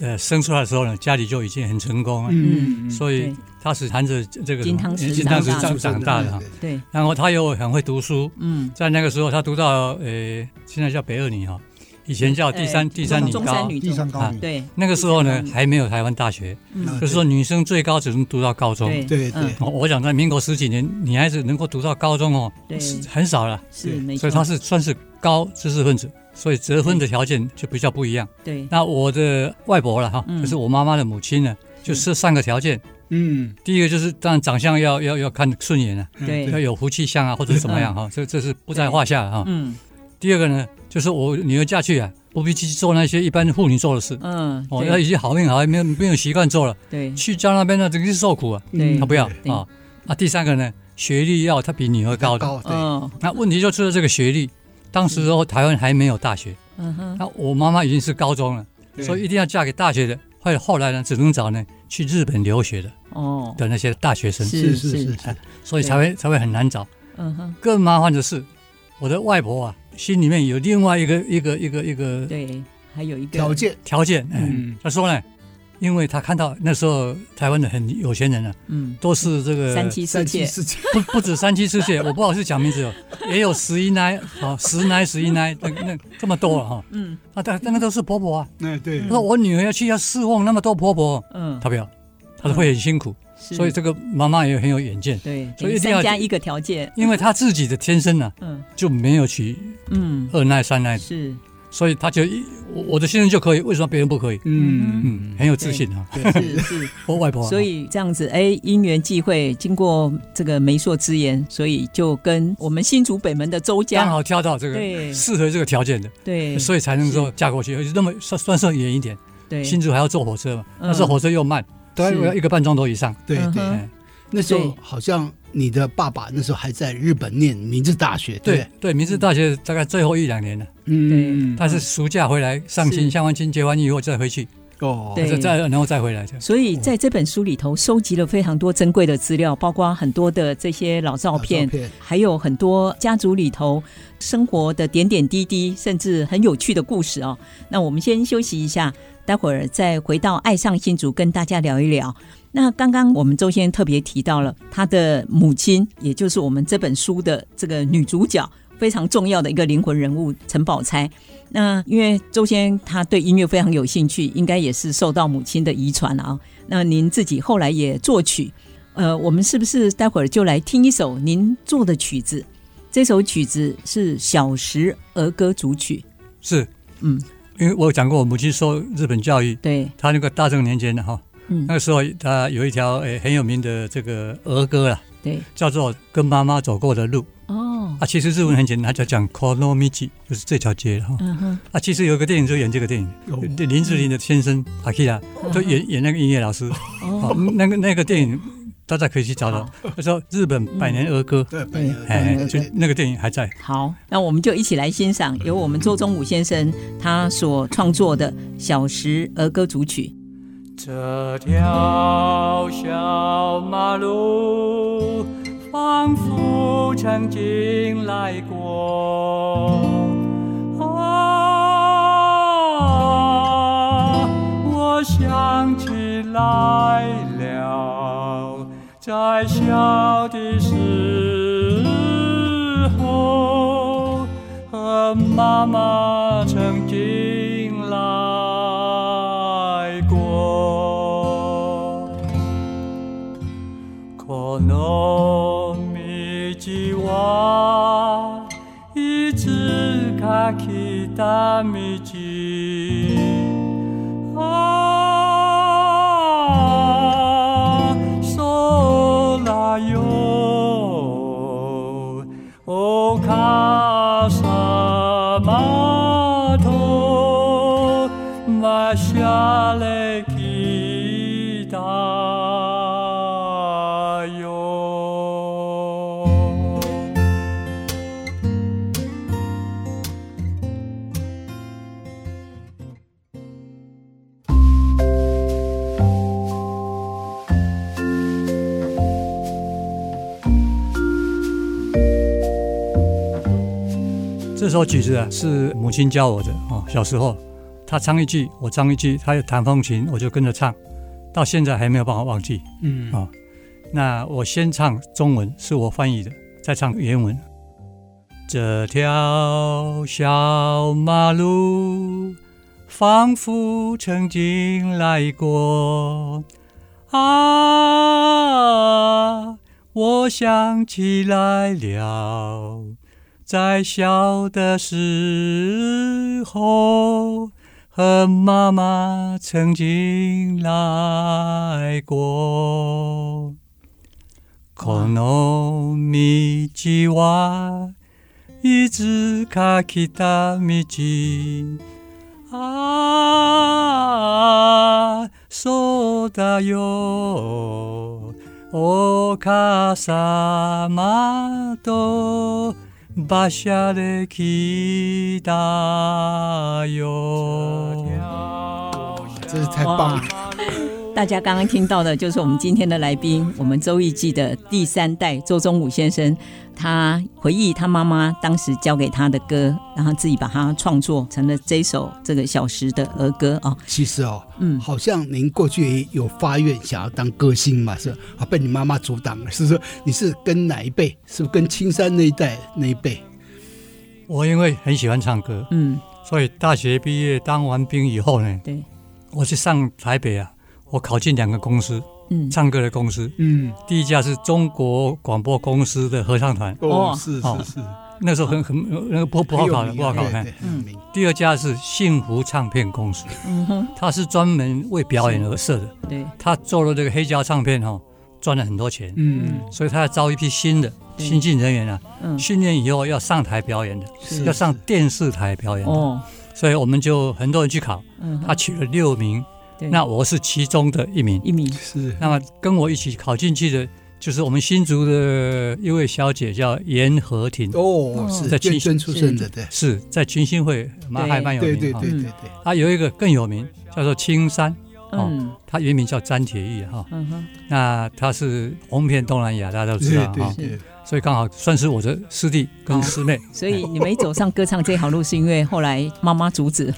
S5: 呃生出来的时候呢，家里就已经很成功了，
S3: 嗯，
S5: 所以
S3: 对
S5: 她是含着这个
S3: 金汤匙
S5: 金汤匙
S3: 长大
S5: 长
S3: 的
S5: 长大的哈
S4: 对。对对
S3: 对，
S5: 然后她又很会读书，
S3: 嗯，
S5: 在那个时候她读到呃，现在叫北二女哈，以前叫第三
S3: 呃
S5: 第三女
S3: 中山
S5: 高。
S3: 女
S6: 地上
S3: 中，
S6: 高明，
S3: 对，
S5: 那个时候呢
S3: 第三女，
S5: 还没有台湾大学，
S3: 嗯，
S5: 就是说女生最高只能读到高中。
S3: 对
S4: 对
S3: 嗯
S5: 哦我想在民国十几年，女孩子能够读到高中哦，
S3: 对
S5: 是很少了。
S3: 是没
S5: 所
S3: 错，
S5: 以他是算是高知识分子，所以择婚的条件就比较不一样。
S3: 对，
S5: 那我的外婆了哈，
S3: 嗯
S5: 就是我妈妈的母亲呢，就是三个条件。
S4: 嗯，
S5: 第一个就是当然长相要要要看顺眼啊，要
S3: 对，
S5: 有福气相啊，或者是怎么样哈，这这是不在话下啊。
S3: 嗯，
S5: 第二个呢，就是我女儿嫁去啊，不必去做那些一般妇女做的事。
S3: 嗯，
S5: 哦，那
S3: 对
S5: 已经好命好运没有没有习惯做了，
S3: 对
S5: 去教那边呢，整个是受苦啊。
S3: 对
S5: 他不要
S3: 嗯对
S5: 啊啊！第三个呢，学历要他比女儿高的。
S4: 高对，
S3: 哦，
S5: 那问题就出在这个学历。当时候台湾还没有大学，
S3: 嗯哼，
S5: 那我妈妈已经是高中了，所以一定要嫁给大学的。后来后来呢，只能找呢去日本留学的
S3: 哦，
S5: 的那些大学生，
S3: 是
S4: 哦是是是是，
S5: 所以才会才会很难找。
S3: 嗯哼，
S5: 更麻烦的是，我的外婆啊，心里面有另外一个一个一个一个
S3: 对，还有一个
S4: 条件
S5: 条件。嗯
S4: 嗯，
S5: 她说呢，因为她看到那时候台湾的很有钱人啊，
S3: 嗯，
S5: 都是这个
S3: 三妻四
S4: 呃三妻
S3: 妾，
S4: 四妾，
S5: 不不止三妻四妾，我不好意思讲名字哦，也有十一奶，好、十奶十一奶，那那这么多了哈、
S3: 嗯
S5: 啊，但那个都是婆婆啊。
S4: 哎对
S5: 她，说我女儿要去要侍奉那么多婆婆，
S3: 嗯，
S5: 她不要，她说会很辛苦，
S3: 是
S5: 所以这个妈妈也很有远见，
S3: 对，
S5: 所以一定
S3: 三
S5: 要
S3: 加一个条件，
S5: 因为她自己的天生呢、啊、
S3: 嗯
S5: 就没有娶
S3: 嗯，
S5: 二奶三奶，
S3: 是，
S5: 所以她就一我我的先生就可以，为什么别人不可以？
S4: 嗯，
S5: 嗯，很有自信啊，
S3: 是 是，
S5: 我外婆啊、
S3: 所以这样子，哎，因缘际会，经过这个媒妁之言，所以就跟我们新竹北门的周
S5: 刚
S3: 家，
S5: 好挑到这
S3: 对
S5: 个适合这个条件的，
S3: 对，
S5: 所以才能说嫁过去，而且那么算算是远一点。
S3: 对，
S5: 新竹还要坐火车嘛，
S3: 嗯
S5: 那时候火车又慢，大概
S3: 是
S5: 要一个半钟头以上。
S4: 对
S3: 嗯
S4: 对，
S3: 哼
S5: 哎
S4: 那时候
S3: 对
S4: 好像你的爸爸那时候还在日本念明治大学，不
S5: 对对，明治大学大概最后一两年了，
S4: 嗯，
S5: 他是暑假回来上
S3: 是
S5: 亲、相完亲、结完以后再回去，
S4: 哦，
S3: 对
S5: 再再然后再回来这样。
S3: 所以在这本书里头收集了非常多珍贵的资料，包括很多的这些老照
S4: 照
S3: 片，还有很多家族里头生活的点点滴滴，甚至很有趣的故事哦。那我们先休息一下，待会儿再回到《爱上新竹》跟大家聊一聊。那刚刚我们周先生特别提到了他的母亲，也就是我们这本书的这个女主角，非常重要的一个灵魂人物陈宝钗。那因为周先生他对音乐非常有兴趣，应该也是受到母亲的遗传啊、那您自己后来也作曲，呃，我们是不是待会儿就来听一首您做的曲子？这首曲子是小时儿歌组曲，
S5: 是，
S3: 嗯，
S5: 因为我有讲过，我母亲受日本教育，
S3: 对，
S5: 她那个大正年间的哈，
S3: 嗯
S5: 那，个时候她有一条诶、很有名的这个儿歌啊，
S3: 对，
S5: 叫做《跟妈妈走过的路》
S3: 哦，
S5: 啊。其实日文很简单，它叫讲 “konomichi”，就是这条街哈。
S3: 嗯哼，
S5: 啊，其实有个电影就演这个电影，
S3: 哦
S5: 林志玲的先生阿基拉就演演那个音乐老师。哦
S3: 嗯哦，，
S5: 那个那个电影，大家可以去找找。他说日本百年儿歌，
S4: 对，
S3: 嗯对
S5: 哎，
S4: 对
S5: 就那个电影还在。
S3: 好，那我们就一起来欣赏由我们周宗武先生他所创作的小时儿歌组曲。
S5: 这条小马路仿佛曾经来过。啊，我想起来了，在小的时候，和妈妈曾经来过。この道はいつか来た道ああ空よお母様と馬車で来たよ这首曲子啊，是母亲教我的哦。小时候，她唱一句，我唱一句，她弹风琴，我就跟着唱，到现在还没有办法忘记。
S4: 嗯
S5: 啊那我先唱中文，是我翻译的，再唱原文。这条小马路仿佛曾经来过，啊，我想起来了，在小的时候。和妈妈曾经来过。この道はいつか来た道。そうだよお母様と馬車で来たよ。
S4: 真是太棒
S3: 哦
S4: 了！
S3: 大家刚刚听到的就是我们今天的来宾，我们周易记的第三代周宗武先生，他回忆他妈妈当时教给他的歌，然后自己把它创作成了这首这个小时的儿歌哦。
S4: 其实哦，
S3: 嗯
S4: 好像您过去也有发愿想要当歌星嘛，是吧啊，被你妈妈阻挡了，是不是？你是跟哪一辈？是不是跟青山那一代那一辈？
S5: 我因为很喜欢唱歌，
S3: 嗯，
S5: 所以大学毕业当完兵以后呢，
S3: 对，
S5: 我去上台北啊，我考进两个公司，
S3: 嗯，
S5: 唱歌的公司。
S4: 嗯，
S5: 第一家是中国广播公司的合唱团，
S3: 哦
S4: 是
S5: 哦
S4: 是，
S5: 那时候很很那个不不好
S4: 很有
S5: 考的，
S4: 名
S5: 不好
S4: 啊
S5: 考
S4: 对
S5: 的。
S4: 对很有名
S5: 第二家是幸福唱片公司，
S3: 嗯哼，
S5: 它是专门为表演而设的，
S3: 对，
S5: 它做了这个黑胶唱片哈、哦，赚了很多钱，
S4: 嗯，
S5: 所以它要招一批新的
S3: 对
S5: 新进人员啊，
S3: 嗯，
S5: 训练以后要上台表演的，
S4: 是
S5: 要上电视台表演的，
S3: 哦，
S5: 所以我们就很多人去考，
S3: 嗯哼，
S5: 他取了六名，
S3: 对
S5: 那我是其中的一名。
S3: 一米，
S4: 是
S5: 那么跟我一起考进去的，就是我们新竹的一位小姐叫严和婷，
S4: 哦，是
S5: 在
S4: 眷
S5: 青
S4: 村出身的，对
S5: 是在群星会蛮
S3: 对
S5: 还蛮有
S4: 对
S5: 名
S4: 对
S5: 哈
S4: 对对对，
S5: 他有一个更有名，叫做青山，
S3: 嗯
S5: 他原名叫詹铁义哈。
S3: 嗯哼，
S5: 那他是红遍东南亚，大家都
S4: 对
S5: 知道
S4: 对
S5: 哈，
S4: 对，
S5: 所以刚好算是我的师弟
S3: 嗯
S5: 跟师妹。
S3: 所以你没走上歌唱这条路，是因为后来妈妈阻止。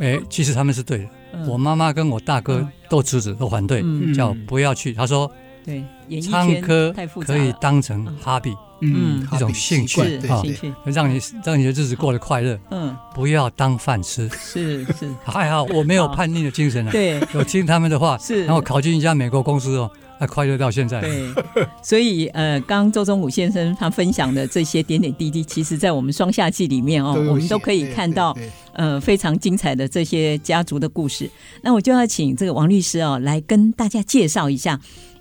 S5: 哎，其实他们是对的，
S3: 嗯
S5: 我妈妈跟我大哥都阻止，都反对，
S3: 嗯
S5: 叫我不要去。他说
S3: 对演艺
S5: 唱
S3: 圈
S5: 歌
S3: 太复杂
S5: 可以
S3: 了，
S5: 当成哈比，
S3: 嗯
S4: 好
S5: 一种
S4: 比
S5: 兴
S4: 习惯
S5: 趣
S4: 对
S5: 哈
S3: 兴
S4: 对
S3: 趣，
S5: 让你让你的日子过得快乐，
S3: 嗯，
S5: 不要当饭吃。
S3: 是 是，
S5: 还好我没有叛逆的精神啊，
S3: 对。
S5: 有听他们的话，
S3: 是，
S5: 然后考进一家美国公司哦，还快乐到现在。
S3: 对，所以呃，刚刚周宗武先生他分享的这些点点滴滴，其实在我们双夏季里面哦，
S4: 有
S3: 我们
S4: 写
S3: 都可以
S4: 对
S3: 看
S4: 对
S3: 到
S4: 对
S3: 呃非常精彩的这些家族的故事。那我就要请这个王律师哦来跟大家介绍一下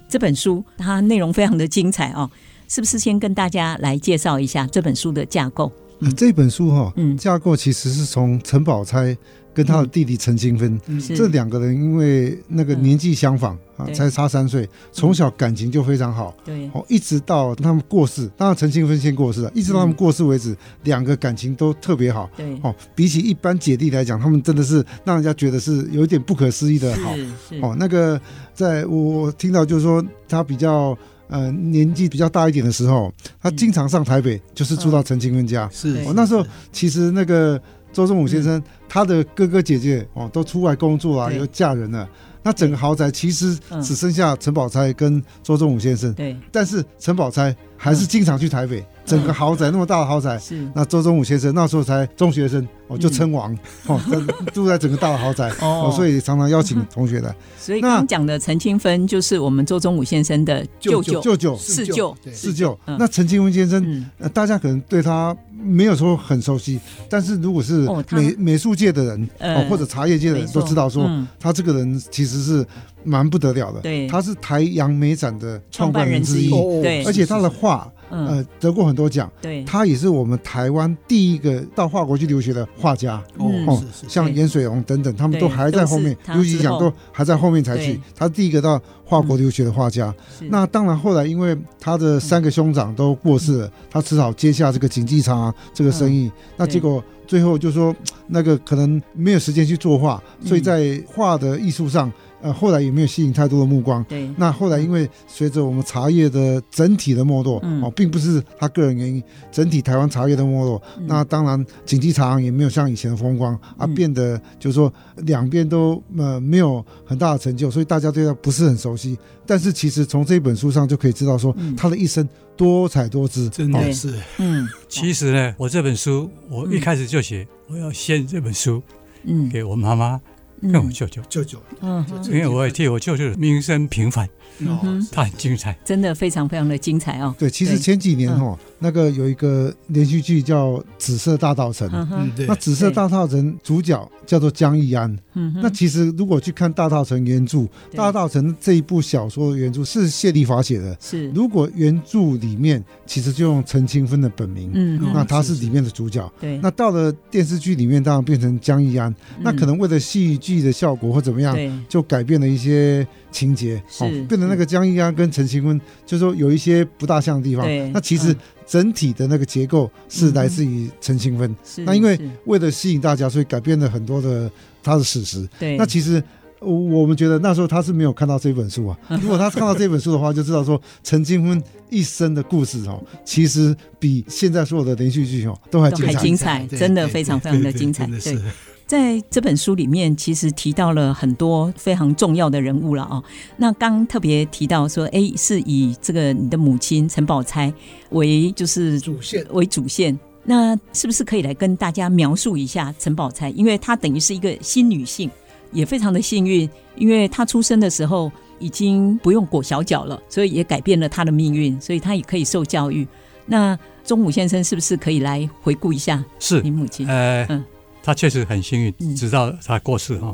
S3: 这本书，它内容非常的精彩哦，是不是先跟大家来介绍一下这本书的架构？嗯
S6: 这本书哈、
S3: 嗯
S6: 架构其实是从陈宝钗跟他的弟弟陈清芬、
S4: 嗯
S3: 是嗯
S6: 这两个人，因为那个年纪相仿、啊，
S3: 对嗯
S6: 才差三岁，从小感情就非常好。
S3: 对，
S6: 哦，一直到他们过世，当然陈清芬先过世了，啊一直到他们过世为止，
S3: 嗯
S6: 两个感情都特别好。
S3: 对，
S6: 哦，比起一般姐弟来讲，他们真的是让人家觉得是有一点不可思议的好。
S3: 是是，
S6: 哦，那个在我听到就是说他比较呃年纪比较大一点的时候，他
S3: 嗯
S6: 经常上台北，就是住到陈清芬家。
S4: 是
S3: 对
S6: 哦，那时候
S4: 是
S6: 其实那个周仲武先生，他的哥哥姐姐哦都出外工作啊，
S3: 嗯对
S6: 又嫁人了。那整个豪宅其实
S3: 嗯
S6: 只剩下陈宝钗跟周仲武先生，
S3: 对，嗯
S6: 但是陈宝钗还是经常去台北，整个豪宅那么大的豪宅。
S3: 是
S6: 那周宗武先生那时候才中学生，哦，就称王、哦，在住在整个大的豪宅
S3: 嗯哦
S6: 哦，所以常常邀请同学来。
S3: 所以
S6: 那
S3: 刚刚讲的陈清芬就是我们周宗武先生的舅舅，
S6: 舅舅
S3: 四舅
S4: 对
S6: 四舅，
S3: 嗯
S6: 那陈清文先生，
S3: 嗯，
S6: 呃，大家可能对他没有说很熟悉，但是如果是
S3: 哦他
S6: 美美术界的人
S3: 呃
S6: 哦，或者茶叶界的
S3: 没
S6: 人
S3: 错
S6: 都知道说，
S3: 嗯
S6: 他这个人其实是蛮不得了的。
S3: 对
S6: 他是台阳美展的
S3: 创
S6: 创
S3: 办
S6: 办
S3: 人
S6: 人
S3: 之
S6: 之
S3: 一
S6: 一，
S4: 哦
S3: 对
S6: 而且他的画，
S3: 嗯，
S6: 呃，得过很多奖。
S3: 对，
S6: 他也是我们台湾第一个到法国去留学的画家，
S3: 嗯
S4: 哦是是
S6: 像
S3: 对
S6: 严水龙等等，他们
S3: 对
S6: 都还在后面
S3: 都是，他
S6: 尤其讲
S3: 之后
S6: 都还在后面才
S3: 对。
S6: 去
S3: 嗯
S6: 他第一个到法国留学的画家。
S3: 是
S6: 那当然，后来因为他的三个兄长都过世
S3: 嗯
S6: 了，他只好接下这个锦记茶这个生意。那结果最后就说，那个可能没有时间去作画，所以
S3: 嗯
S6: 在画的艺术上，呃，后来也没有吸引太多的目光。
S3: 对，
S6: 那后来因为随着我们茶叶的整体的没落，
S3: 嗯
S6: 哦，并不是他个人原因，整体台湾茶叶的没落，
S3: 嗯
S6: 那当然景记茶行也没有像以前的风光啊，
S3: 嗯
S6: 变得就是说两边都呃没有很大的成就，所以大家对他不是很熟悉。但是其实从这本书上就可以知道说，
S3: 嗯
S6: 他的一生多彩多姿，哦
S4: 真
S3: 对
S4: 的是
S3: 嗯
S5: 其实呢，我这本书我一开始就写，我要献这本书
S3: 嗯
S5: 给我妈妈
S3: 嗯
S5: 跟我舅舅，
S4: 舅舅，
S3: 嗯
S4: 舅
S3: 哼
S4: 舅
S5: 因为我也替我舅舅的名声平反，
S3: 嗯
S4: 哦
S3: 哼，
S5: 他很精彩。
S3: 真的非常非常的精彩哦，
S6: 对，其
S3: 对嗯
S6: 实前几年哈、那个有一个连续剧叫《紫色大道城》，
S3: 嗯
S4: 嗯
S3: 哼，
S4: 对
S6: 那《紫色大道城》主角叫做江一安。
S3: 嗯哼，
S6: 那其实如果去看《大道城》原著，《
S3: 对
S6: 大道城》这一部小说的原著是谢丽华写的。
S3: 是，
S6: 如果原著里面其实就用陈清芬的本名，
S3: 嗯哼，
S6: 那他
S4: 是
S6: 是
S4: 是
S6: 里面的主角。
S3: 对，
S6: 那到了电视剧里面，当然变成江一安。那可能为了戏剧的效果或怎么
S3: 嗯
S6: 样，
S3: 对
S6: 就改变了一些情节，
S3: 是
S6: 哦变得那个江一安跟陈清坤，就说有一些不大像的地方
S3: 对。
S6: 那其实
S3: 嗯
S6: 整体的那个结构是来自于陈清坤，
S3: 是，
S6: 那因为
S3: 是
S6: 为了吸引大家，所以改变了很多的他的史实。
S3: 对，
S6: 那其实。呃我们觉得那时候他是没有看到这 本书啊，如果他看到这本书的话，就知道说陈清坤一生的故事哦，其实比现在所有的连续剧哦都还
S3: 都
S6: 精
S3: 还
S6: 彩。
S3: 精彩，
S4: 对
S3: 真的
S4: 对
S3: 非常非
S4: 对
S3: 常的
S4: 对
S3: 精彩，
S4: 真的
S3: 对
S4: 是。
S3: 在这本书里面，其实提到了很多非常重要的人物了哦。那刚特别提到说，哎，是以这个你的母亲陈宝钗为就是
S4: 主线
S3: 为主线。那是不是可以来跟大家描述一下陈宝钗？因为她等于是一个新女性，也非常的幸运，因为她出生的时候已经不用裹小脚了，所以也改变了她的命运，所以她也可以受教育。那钟武先生是不是可以来回顾一下
S5: 是
S3: 你母亲？
S5: 呃，
S3: 嗯
S5: 他确实很幸
S3: 嗯
S5: 运，直到他过世哈、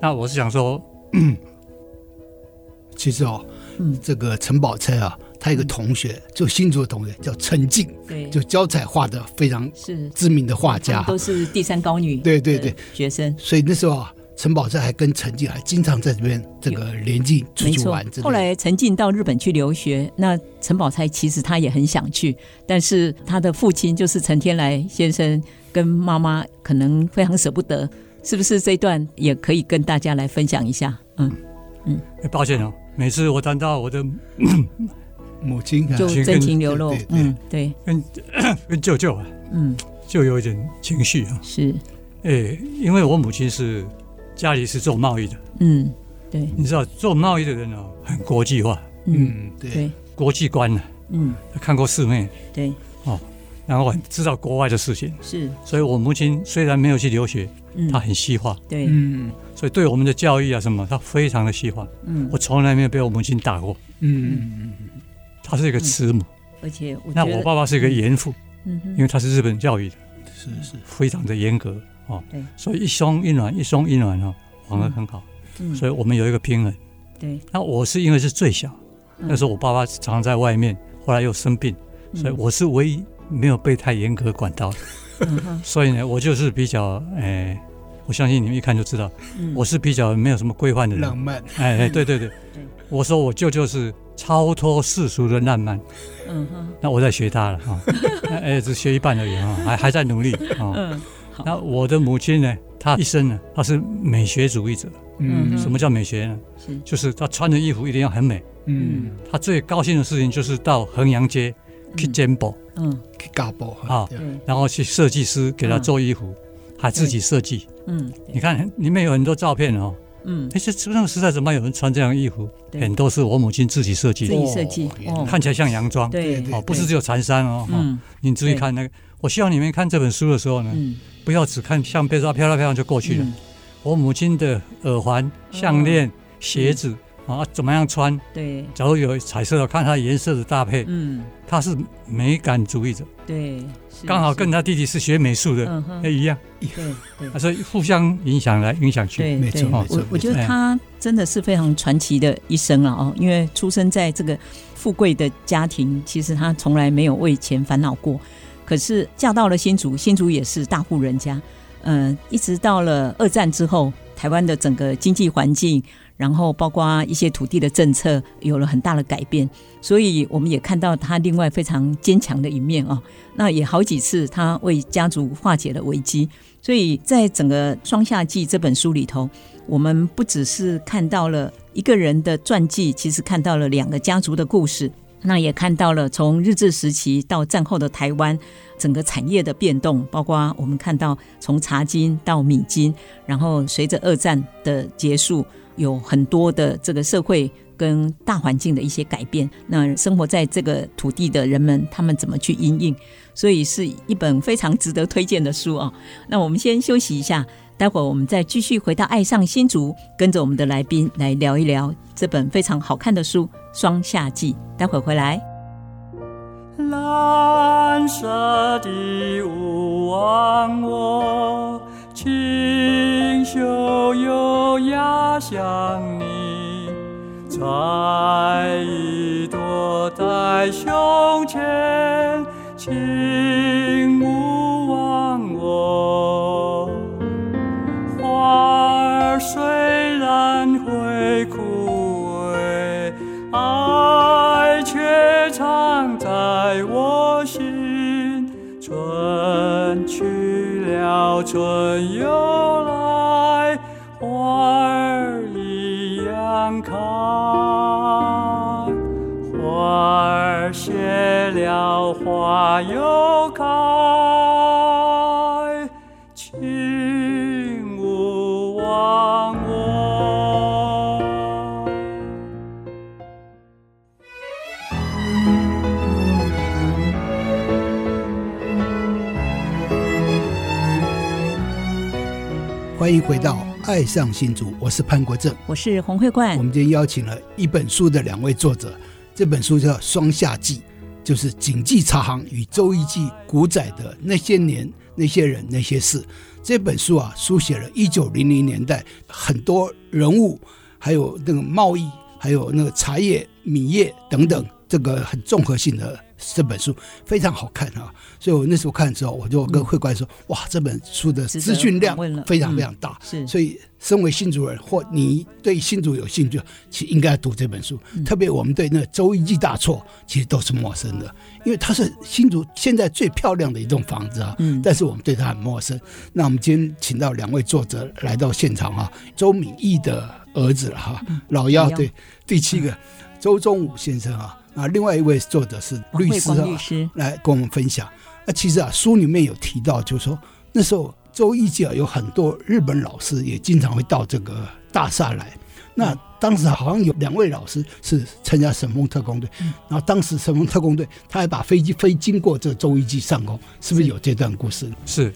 S5: 那我是想说，
S4: 其实哦，
S3: 嗯
S4: 这个陈宝钗啊，她有个同学，就新竹的同学叫陈静，
S3: 对，
S4: 就胶彩画的非常
S3: 是
S4: 知名的画
S3: 他
S4: 家
S3: 们。都是第三高女，
S4: 对对对，
S3: 学生。
S4: 所以那时候啊，陈宝钗还跟陈静还经常在这边这个连襟出
S3: 没
S4: 去
S3: 错
S4: 玩之类的。，
S3: 后来陈进到日本去留学，那陈宝钗其实她也很想去，但是她的父亲就是陈天来先生跟妈妈可能非常舍不得，是不是这一段也可以跟大家来分享一下？嗯，
S5: 哎抱歉哦，每次我谈到我的
S4: 母亲啊
S3: 就
S5: 去
S3: 真
S5: 跟
S3: 情流露
S4: 对，对
S3: 嗯，对，
S5: 跟舅舅啊，
S3: 嗯，
S5: 就有一点情绪啊，
S3: 是，
S5: 哎，因为我母亲是家里是做贸易的，
S3: 嗯，对，
S5: 你知道做贸易的人哦，很国际化，
S3: 嗯，
S4: 嗯，对，
S3: 对，
S5: 国际观呢、
S3: 嗯，
S5: 看过世面，
S3: 对，
S5: 然后很知道国外的事情，
S3: 是，
S5: 所以我母亲虽然没有去留学，
S3: 嗯
S5: 她，很西化，
S3: 对，
S4: 嗯
S5: 所以对我们的教育啊什么，她非常的西化。
S3: 嗯
S5: 我，从来没有被我母亲打过，
S4: 嗯
S5: 她是一个慈母。
S3: 而且我
S5: 那
S3: 觉
S5: 我
S3: 得，
S5: 爸爸是一个严父，
S3: 嗯
S5: 因
S3: 哼，
S5: 为他是日本教育的，
S4: 是是，
S5: 非常的严格哦
S3: 对，
S5: 所以一松一软，一松一软哦，玩得很好，
S3: 嗯，
S5: 所以我们有一个平衡。
S3: 对，
S5: 那我是因为是最小，
S3: 嗯
S5: 那时候我爸爸常在外面，后来又生病，所以我是唯一没有被太严格管到的。
S3: 嗯哼，
S5: 所以呢，我就是比较诶、我相信你们一看就知道，
S3: 嗯
S5: 我是比较没有什么规范的人
S4: 浪。漫，
S5: 哎哎，对对对
S3: 对，
S5: 我说我舅舅是超脱世俗的浪漫，
S3: 嗯哼，
S5: 那我在学他了啊，哎、哎只学一半而已啊，还还在努力啊。
S3: 嗯，好
S5: 那我的母亲呢，她一生呢，她是美学主义者。
S3: 嗯
S5: 什么叫美学呢？
S3: 是，
S5: 就是她穿的衣服一定要很美。
S4: 嗯，
S5: 她最高兴的事情就是到衡阳街去
S3: 嗯
S5: 捡宝，
S3: 嗯，
S4: 去嘎包
S5: 啊
S4: 对
S3: 对，
S5: 然后去设计师给她做衣服，还自己设计。
S3: 嗯，
S5: 你
S3: 对，
S5: 看里面有很多照片哦，
S3: 嗯，
S5: 哎，这这那个时代怎么有人穿这样的衣服？
S3: 对
S5: 很多是我母亲自己设计
S3: 自
S5: 的，
S3: 己设计
S4: 哦，原来
S3: 哦，
S5: 看起来像洋装。
S3: 对，
S4: 对
S5: 哦，不是只有缠衫哦，哦
S3: 嗯
S5: 你注意
S3: 对
S5: 看那个。我希望你们看这本书的时候呢，
S3: 嗯，
S5: 不要只看相片，说啊漂亮漂亮就过去了。
S3: 嗯哦
S5: 我母亲的耳环、项链、鞋子
S3: 嗯
S5: 啊，怎么样穿？
S3: 对，
S5: 假如有彩色的，看它颜色的搭配，
S3: 嗯，
S5: 她是美感主义者，
S3: 对，
S5: 刚好跟
S3: 他，
S5: 她弟弟是学美术的，
S3: 嗯哼
S5: 哎，一样，
S3: 对对
S5: 啊所以互相影响来影响去。
S3: 对，
S4: 没
S3: 对
S4: 错
S5: 哦
S4: 没错
S3: 我，我觉得
S5: 哎
S3: 他真的是非常传奇的一生了哦，因为出生在这个富贵的家庭，其实他从来没有为钱烦恼过。可是嫁到了新竹，新竹也是大户人家，嗯、一直到了二战之后，台湾的整个经济环境，然后包括一些土地的政策有了很大的改变，所以我们也看到他另外非常坚强的一面哦。那也好几次他为家族化解了危机，所以在整个《双夏记》这本书里头，我们不只是看到了一个人的传记，其实看到了两个家族的故事，那也看到了从日治时期到战后的台湾整个产业的变动，包括我们看到从茶金到米金，然后随着二战的结束，有很多的这个社会。跟大环境的一些改变，那生活在这个土地的人们，他们怎么去因应？所以是一本非常值得推荐的书哦。那我们先休息一下，待会儿我们再继续回到《爱上新竹》，跟着我们的来宾来聊一聊这本非常好看的书《双夏记》。待会儿回来。
S5: 啦舍地勿忘我，清修有涯想你，在一朵在胸前，请勿忘我。花儿虽然会枯萎，爱却常在我心。春去了，春又来，花儿一样开。花儿谢了，花又开。请勿忘我。
S4: 欢迎回到《爱上新竹》，我是潘国正。
S3: 我是洪慧
S4: 我
S3: 冠，
S4: 们今天邀请了一本书的两位作者，这本书叫《双夏记》，就是景记茶行与周易记古仔的那些年、那些人、那些事。这本书啊，书写了1900年代很多人物，还有那个贸易，还有那个茶叶、米业等等，这个很综合性的这本书非常好看啊。所以我那时候看的时候，我就跟慧官说：“哇，这本书的
S3: 值得
S4: 资讯量
S3: 访问了
S4: 非常
S3: 嗯
S4: 非常大。
S3: 是
S4: 所以，身为新主人或你对新主有兴趣，其实应该读这本书。
S3: 嗯
S4: 特别我们对那《周易记大错》其实都是陌生的，因为它是新竹现在最漂亮的一栋房子啊。
S3: 嗯
S4: 但是我们对它很陌生。那我们今天请到两位作者来到现场啊，周敏义的儿子了哈、老
S3: 嗯老幺
S4: 幺
S3: 嗯
S4: 对第七个、周宗武先生啊啊，另外一位作者是
S3: 王
S4: 律
S3: 慧
S4: 师啊
S3: 光律师，
S4: 来跟我们分享。那其实啊，书里面有提到，就是说那时候周易界有很多日本老师也经常会到这个大厦来。
S3: 嗯
S4: 那当时好像有两位老师是参加神风特工队，
S3: 嗯
S4: 然后当时神风特工队他还把飞机飞经过这个周易记上空，是不是有这段故事？
S5: 是，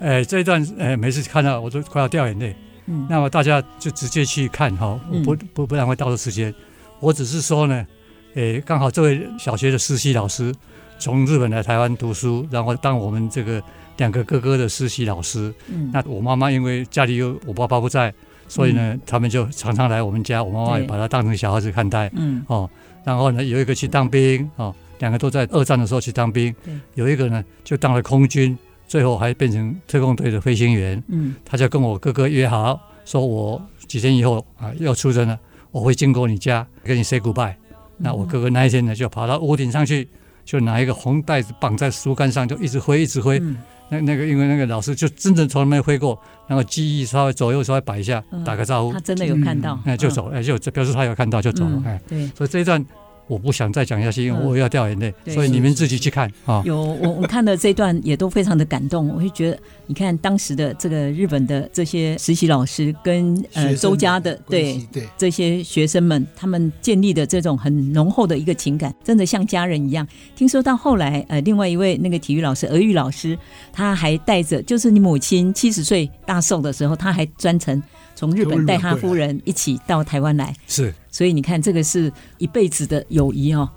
S5: 哎，这一段哎，每次看到我都快要掉眼泪。
S3: 嗯
S5: 那么大家就直接去看哈，
S3: 嗯
S5: 不不不然会到了时间。我只是说呢，诶，刚好这位小学的实习老师从日本来台湾读书，然后当我们这个两个哥哥的实习老师。
S3: 嗯，
S5: 那我妈妈因为家里有我爸爸不在，所以呢，他们就常常来我们家，我妈妈也
S3: 嗯对
S5: 把他当成小孩子看待。
S3: 嗯
S5: 哦，然后呢，有一个去当兵哦，两个都在二战的时候去当兵
S3: 对，
S5: 有一个呢就当了空军，最后还变成特工队的飞行员。
S3: 嗯
S5: 他就跟我哥哥约好，说我几天以后啊要出征了，我会经过你家跟你 say goodbye。那我哥哥那一天呢，就爬到屋顶上去，就拿一个红袋子绑在竹竿上，就一直挥，一直挥。
S3: 嗯
S5: 那那个因为那个老师就真正从来没挥过，然后记忆稍微左右稍微摆一下，
S3: 嗯
S5: 打个招呼
S3: 他，真的有看到，
S5: 哎就
S3: 嗯，
S5: 走，哎就这表示他有看到就走了，哎
S3: 嗯，。对，
S5: 所以这一段我不想再讲下去，因为
S3: 嗯
S5: 我又要掉眼泪，
S3: 对
S5: 所以你们自己去看啊。
S3: 有我我看了这段也都非常的感动，我会觉得，你看当时的这个日本的这些实习老师跟呃
S4: 学生
S3: 周家的
S4: 关
S3: 对
S4: 系对，
S3: 这些学生们，他们建立的这种很浓厚的一个情感，真的像家人一样。听说到后来，呃，另外一位那个体育老师，俄语老师，他还带着，就是你母亲七十岁大寿的时候，他还专程从日本带他夫人一起到台湾来。
S5: 是
S3: 所以你看，这个是一辈子的友谊哦。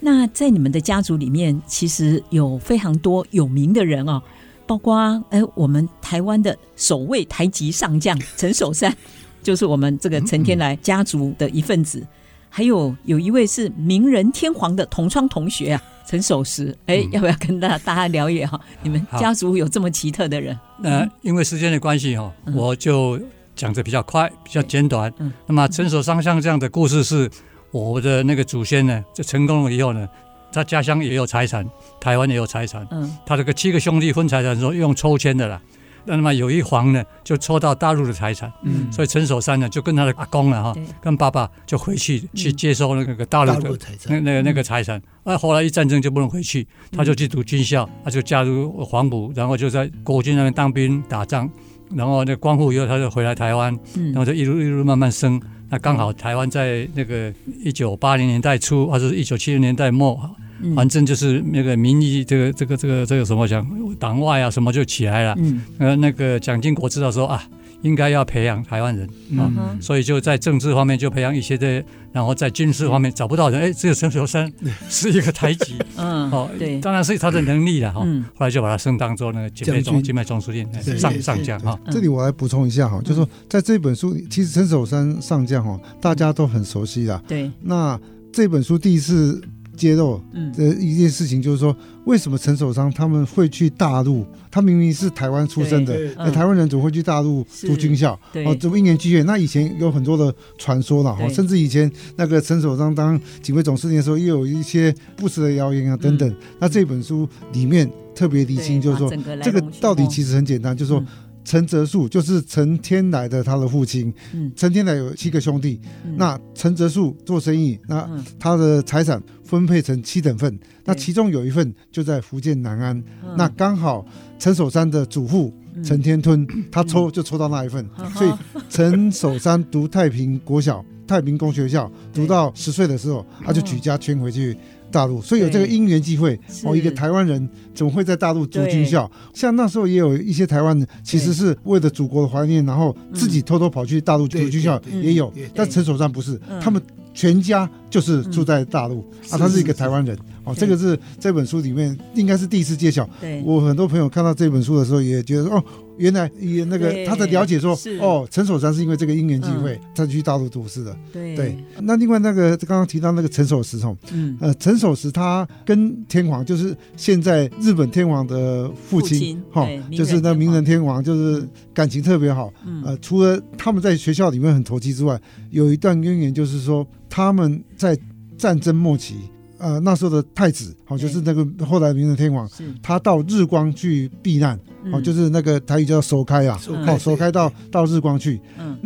S3: 那在你们的家族里面，其实有非常多有名的人哦，包括哎，我们台湾的首位台籍上将陈守善，就是我们这个陈
S6: 嗯
S3: 天来家族的一份子。还有有一位是名人天皇的同窗同学啊，陈守时，哎，
S6: 嗯
S3: 要不要跟大家大家聊一聊？你们
S5: 好
S3: 家族有这么奇特的人？
S5: 那、因为时间的关系哈、
S3: 嗯
S5: 我就讲的比较快，比较简短。
S3: 嗯
S5: 那么陈守上像这样的故事是我的那个祖先呢，这成功了以后呢，他家乡也有财产，台湾也有财产，
S3: 嗯
S5: 他这个七个兄弟分财产的时候用抽签的啦。那么有一皇呢，就抽到大陆的财产，
S3: 嗯
S5: 所以陈守山呢就跟他的阿公了哈
S3: 对，嗯
S5: 跟爸爸就回去去接收那个大
S4: 大
S5: 陆
S4: 陆
S5: 的
S4: 财产
S5: 那那个那个财产，啊，后来一战争就不能回去，他
S3: 嗯
S5: 就去读军校，他就加入黄埔，然后就在国军那边当兵打仗，然后那光复以后他就回来台湾，
S3: 嗯
S5: 然后就一路一路慢慢升。那刚好台湾在那个一九八零年代初，或者是一九七零年代末，
S3: 嗯
S5: 反正就是那个民意这个这个这个这个什么讲党外啊什么就起来了。
S3: 嗯
S5: 呃，那个蒋经国知道说啊，应该要培养台湾人啊、
S3: 嗯
S5: 所以就在政治方面就培养一些的，然后在军事方面找不到人，哎，只有陈 守生是一个台籍
S3: 嗯，
S5: 哦，
S3: 对，
S5: 当然是他的能力了哈、
S3: 嗯
S5: 后来就把他升当做那个金
S4: 将
S5: 备总
S4: 军
S5: 金备总书记哎
S4: 对
S5: 上
S4: 对
S5: 上将哈。
S3: 嗯
S6: 这里我来补充一下哈，就是说在这本书，其实陈守山上将哈，大家都很熟悉啦。
S3: 对，
S6: 那这本书第一次揭露
S3: 嗯，
S6: 的一件事情，就是说为什么陈守商他们会去大陆？他明明是台湾出生的，
S4: 对
S6: 那台湾人怎么会去大陆
S3: 是
S6: 读军校？
S3: 嗯对
S6: 哎哦，怎么一年军训？那以前有很多的传说了哈，
S3: 对
S6: 甚至以前那个陈守章当警卫总司令的时候，也有一些不实的谣言啊等
S3: 嗯
S6: 等。那这本书里面特别理清，就是说这个道理其
S3: 实
S6: 实很简单，就是说
S3: 嗯
S6: 陈泽树就是陈天来的他的父亲，
S3: 嗯
S6: 陈天来有七个兄弟，那陈泽树做生意，
S3: 嗯
S6: 那他的财产分配成七等份，那其中有一份就在福建南安，
S3: 嗯
S6: 那刚好陈守山的祖父陈天吞，他抽就抽到那一份，所以陈守山读太平国小、太平工学校，
S3: 对
S6: 读到十岁的时候，他就举家迁回去大陆，所以有这个因缘际会
S3: 是
S6: 哦，一个台湾人怎么会在大陆读
S3: 对
S6: 军校？像那时候也有一些台湾人其实是为了祖国的怀念，然后自己偷偷跑去大陆读
S4: 对
S6: 军校
S4: 对
S3: 对
S6: 也有
S4: 对对，
S6: 但陈守山不是
S3: 嗯，
S6: 他们全家就是住在大陆啊，
S4: 是
S6: 他是一个
S4: 是
S6: 台湾人哦，
S3: 对
S6: 这个是这本书里面应该是第一次揭晓。
S3: 对
S6: 我很多朋友看到这本书的时候，也觉得说哦，原来也那个
S3: 对
S6: 他的了解说
S3: 是，嗯
S6: 哦，陈守山是因为这个因缘际会，他去大陆读书的。
S3: 对
S6: 对，，那另外那个刚刚提到那个陈守石哦，
S3: 嗯，
S6: 呃，陈守石他跟天皇就是现在日本天皇的父
S3: 父
S6: 亲
S3: 亲
S6: 哈
S3: 对明，
S6: 就是
S3: 仁
S6: 那
S3: 天
S6: 明
S3: 皇
S6: 仁天皇就是感情特别好。
S3: 嗯
S6: 呃，除了他们在学校里面很投机之外，有一段渊源就是说他们在战争末期，呃，那时候的太子好、
S3: 对
S6: 就是那个后来明仁天皇，
S3: 是嗯
S6: 他到日光去避难，哦，就是是那个台语叫首开啊，
S4: 首
S6: 哦，首开到到日光去，
S3: 嗯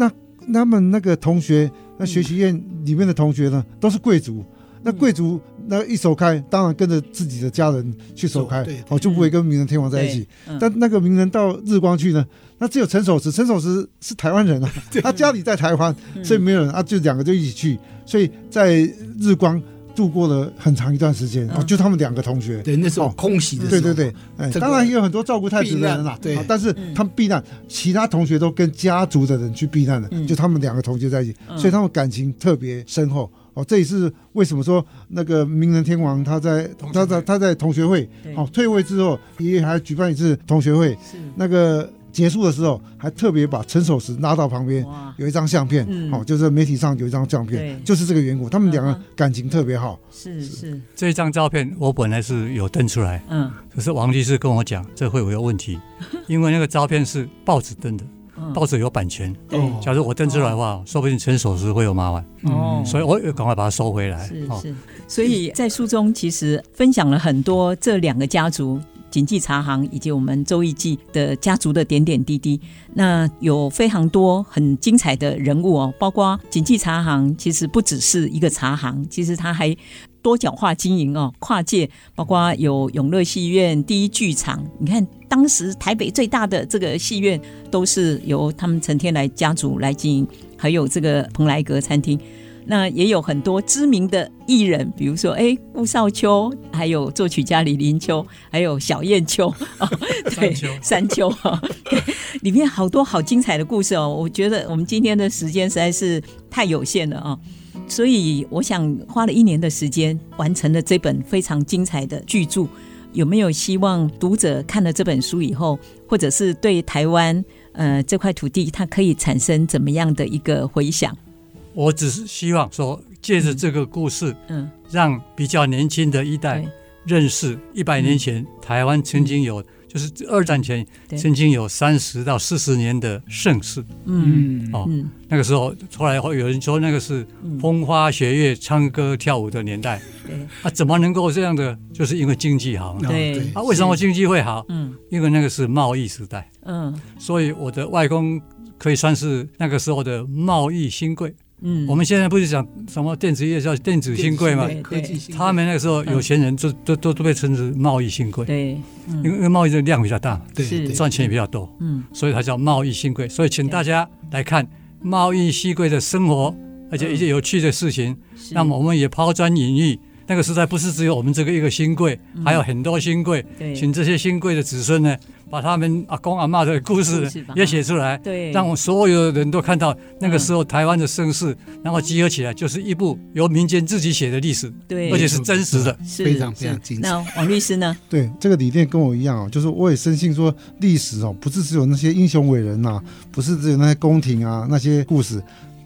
S6: 他们那个同学，那学习院里面的同学呢，都是贵族。那贵族那一手开，当然跟着自己的家人去手开
S4: 对对，
S6: 哦，就不会跟名人天王在一起。
S3: 嗯
S6: 但那个名人到日光去呢，那只有陈守石，陈守石是台湾人啊，他家里在台湾，
S3: 嗯
S6: 所以没有人啊，就两个就一起去，所以在日光度过了很长一段时间，哦，
S3: 嗯
S6: 就他们两个同学。
S4: 对，那时候
S6: 哦
S4: 空袭的时
S6: 对
S4: 候，
S6: 对对，哎，
S4: 这个
S6: 当然也有很多照顾太子的人啦，
S4: 避难对
S6: 啊但是
S3: 嗯
S6: 他们避难，其他同学都跟家族的人去避难了，
S3: 嗯
S6: 就他们两个同学在一起，
S3: 嗯
S6: 所以他们感情特别深厚。哦，这也是为什么说那个明仁天王他在
S4: 同学
S6: 他
S4: 会
S6: 在他在同学会，
S3: 对
S6: 哦，退位之后也还举办一次同学会，
S3: 是
S6: 那个结束的时候还特别把陈守石拉到旁边，
S3: 哇
S6: 有一张相片，
S3: 哦嗯
S6: 哦，就是媒体上有一张相
S3: 对
S6: 片，就是这个缘故，他们两
S3: 嗯
S6: 个
S3: 哼
S6: 感情特别好。
S3: 是是
S5: 这一张照片我本来是有登出来，
S3: 嗯
S5: 可是王律师跟我讲这会有问 题，因为那个照片是报纸登的，
S3: 嗯哦
S5: 报纸有版权。
S3: 对
S4: 哦
S5: 假如我登出来的话，说不定陈守时会有麻烦，
S3: 哦
S5: 所以我也赶快把它收回来。
S3: 是
S5: 哦
S3: 是，所以在书中其实分享了很多这两个家族。锦记茶行以及我们周易记的家族的点点滴滴，那有非常多很精彩的人物哦，包括锦记茶行，其实不只是一个茶行，其实它还多角化经营哦，跨界，包括有永乐戏院、第一剧场。你看，当时台北最大的这个戏院都是由他们陈天来家族来经营，还有这个蓬莱阁餐厅。那也有很多知名的艺人，比如说哎顾少秋，还有作曲家李林秋，还有小燕秋， 哦、对
S5: 山丘
S3: 山丘哈、哦，对，里面好多好精彩的故事哦。我觉得我们今天的时间实在是太有限了啊、哦。所以我想花了一年的时间完成了这本非常精彩的巨著。有没有希望读者看了这本书以后，或者是对台湾呃这块土地，它可以产生怎么样的一个回响？
S5: 我只是希望说，借着这个故事，
S3: 嗯，
S5: 让比较年轻的一代
S3: 对嗯
S5: 认识一百年前台湾曾经有，就是二战前
S3: 对
S5: 曾经有三十到四十年的盛世
S3: 嗯
S4: 嗯，
S5: 哦。
S3: 嗯
S5: 那个时候，后来会有人说那个是
S3: 嗯，
S5: 风花雪月、唱歌跳舞的年代
S3: 对嗯
S5: 啊，怎么能够这样的？就是因为经济好嘛。
S4: 哦
S3: 对
S4: 对
S5: 啊，为什么经济会好？
S3: 嗯
S5: 因为那个是贸易时代，
S3: 嗯
S5: 所以我的外公可以算是那个时候的贸易新贵。
S3: 嗯，
S5: 我们现在不是讲什么电子业叫电子新贵嘛？
S3: 对
S4: 科技新贵
S5: 他们那个时候
S3: 嗯
S5: 有钱人就都都都被称之贸易新贵，
S3: 对
S5: 因为因为贸易的量比较大嘛，
S4: 对
S3: 是
S4: 对
S5: 赚钱也比较多，
S3: 嗯
S5: 所以它叫贸易新贵。所以请大家来看贸易新贵的生活，而且一些有趣的事情。
S3: 嗯是
S5: 那么我们也抛砖引玉。那个时代不是只有我们这个一个新贵，还有很多新贵，
S3: 嗯对
S5: 请这些新贵的子孙呢，把他们阿公阿妈的故
S3: 故
S5: 事
S3: 事吧
S5: 也写出来，
S3: 对，
S5: 让我所有人都看到那个
S3: 嗯
S5: 时候台湾的盛世，然后集合起来，就是一部由民间自己写的历史，
S3: 对，
S5: 而且是真实的。
S3: 是
S4: 非常
S3: 是
S4: 非常精彩
S3: 那王律师呢？
S6: 对，这个理念跟我一样哦，就是我也深信说，历史哦，不是只有那些英雄伟人呐、不是只有那些宫廷啊那些故事，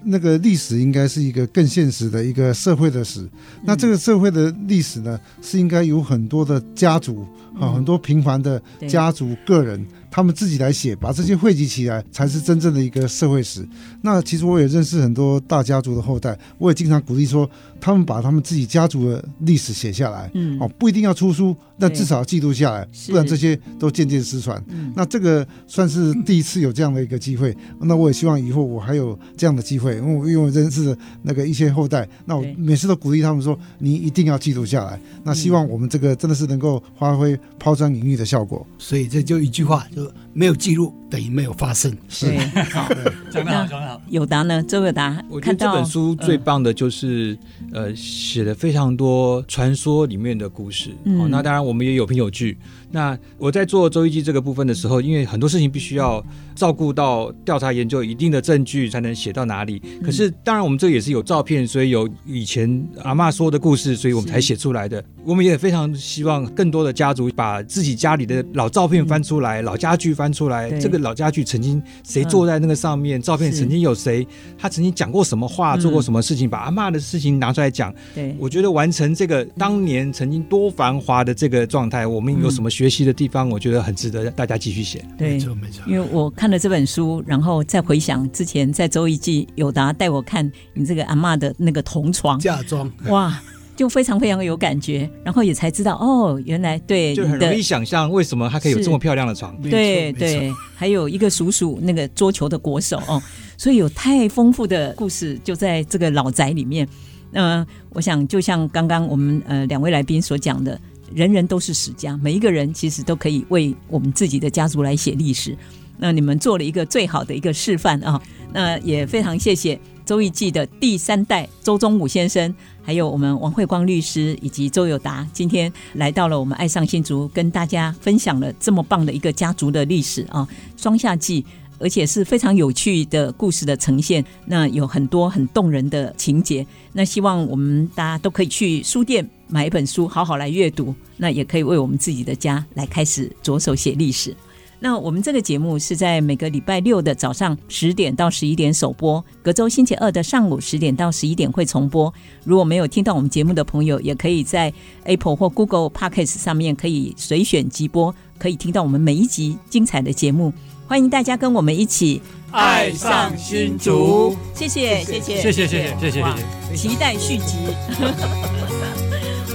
S6: 那个历史应该是一个更现实的一个社会的史。那这个社会的历史呢，是应该有很多的家族啊，
S3: 嗯
S6: 很多平凡的
S3: 对
S6: 家族、个人，他们自己来写，把这些汇集起来，才是真正的一个社会史。那其实我也认识很多大家族的后代，我也经常鼓励说，他们把他们自己家族的历史写下来。
S3: 嗯
S6: 哦，不一定要出书，但
S3: 对
S6: 至少记录下来，
S3: 是
S6: 不然这些都渐渐失传。
S3: 嗯，
S6: 那这个算是第一次有这样的一个机会，那我也希望以后我还有这样的机会，因为我因为我认识的那个一些后代，那我
S3: 对嗯
S6: 每次都鼓励他们说，你一定要记录下来。那希望我们这个真的是能够发挥抛砖引玉的效果。
S4: 所以这就一句话，就没有记录等于没有发生。
S3: 对，好，
S5: 讲得好，讲得好。
S3: 有答呢？周有答
S7: 我，觉
S3: 看
S7: 得这
S3: 到嗯
S7: 本书最棒的就是，呃，写了非常多传说里面的故事。
S3: 嗯
S7: 哦，那当然我们也有凭有据。那我在做周易记这个部分的时候，因为很多事情必须要照顾到调查研究一定的证据才能写到哪里。
S3: 嗯
S7: 可是当然我们这个也是有照片，所以有以前阿嬷说的故事，所以我们
S3: 是
S7: 才写出来的。我们也非常希望更多的家族把自己家里的老照片翻出来，老家具翻出来，
S3: 嗯对嗯
S7: 这个老家具曾经谁坐在那个上面，照片
S3: 是
S7: 曾经有谁。他曾经讲过什么话，
S3: 嗯
S7: 做过什么事情，把阿嬷的事情拿出来讲。
S3: 对，
S7: 我觉得完成这个当年曾经多繁华的这个状态，我们有什么学习的地方，我觉得很值得大家继续写。
S3: 对
S4: 没。错没错。
S3: 因为我看了这本书，然后再回想之前在周易记有达带我看你这个阿嬷的那个同床，
S4: 嫁妆
S3: 哇，就非常非常有感觉，然后也才知道哦，原来对
S7: 就很
S3: 你
S7: 容易
S3: 的
S7: 想象为什么他可以有这么漂亮的床。
S4: 没错
S3: 对
S4: 没错
S3: 对，还有一个叔叔那个桌球的国手哦，所以有太丰富的故事就在这个老宅里面。嗯、我想就像刚刚我们呃两位来宾所讲的，人人都是史家，每一个人其实都可以为我们自己的家族来写历史。那你们做了一个最好的一个示范啊！那也非常谢谢周易记的第三代周宗武先生，还有我们王慧光律师以及周友达，今天来到了我们爱上新竹，跟大家分享了这么棒的一个家族的历史啊，双夏记。而且是非常有趣的故事的呈现，那有很多很动人的情节。那希望我们大家都可以去书店买一本书，好好来阅读。那也可以为我们自己的家来开始着手写历史。那我们这个节目是在每个礼拜六的早上十点到十一点首播，隔周星期二的上午十点到十一点会重播。如果没有听到我们节目的朋友，也可以在 Apple 或 Google Podcast 上面可以随选即播，可以听到我们每一集精彩的节目。欢迎大家跟我们一起
S5: 爱上新竹，
S3: 谢谢谢谢
S5: 谢谢谢谢谢谢谢
S3: 哇
S5: 谢。
S3: 期待续集。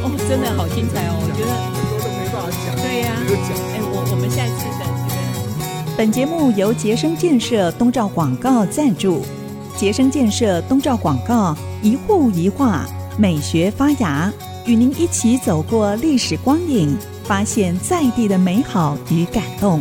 S3: 哦，真的好精彩哦！我觉得很多都没办法讲。对呀、哎，我我们下一次的这个。
S8: 本节目由呃杰生建设东照广告赞助。杰生建设东照广告，一户一画，美学发芽，与您一起走过历史光影，发现在地的美好与感动。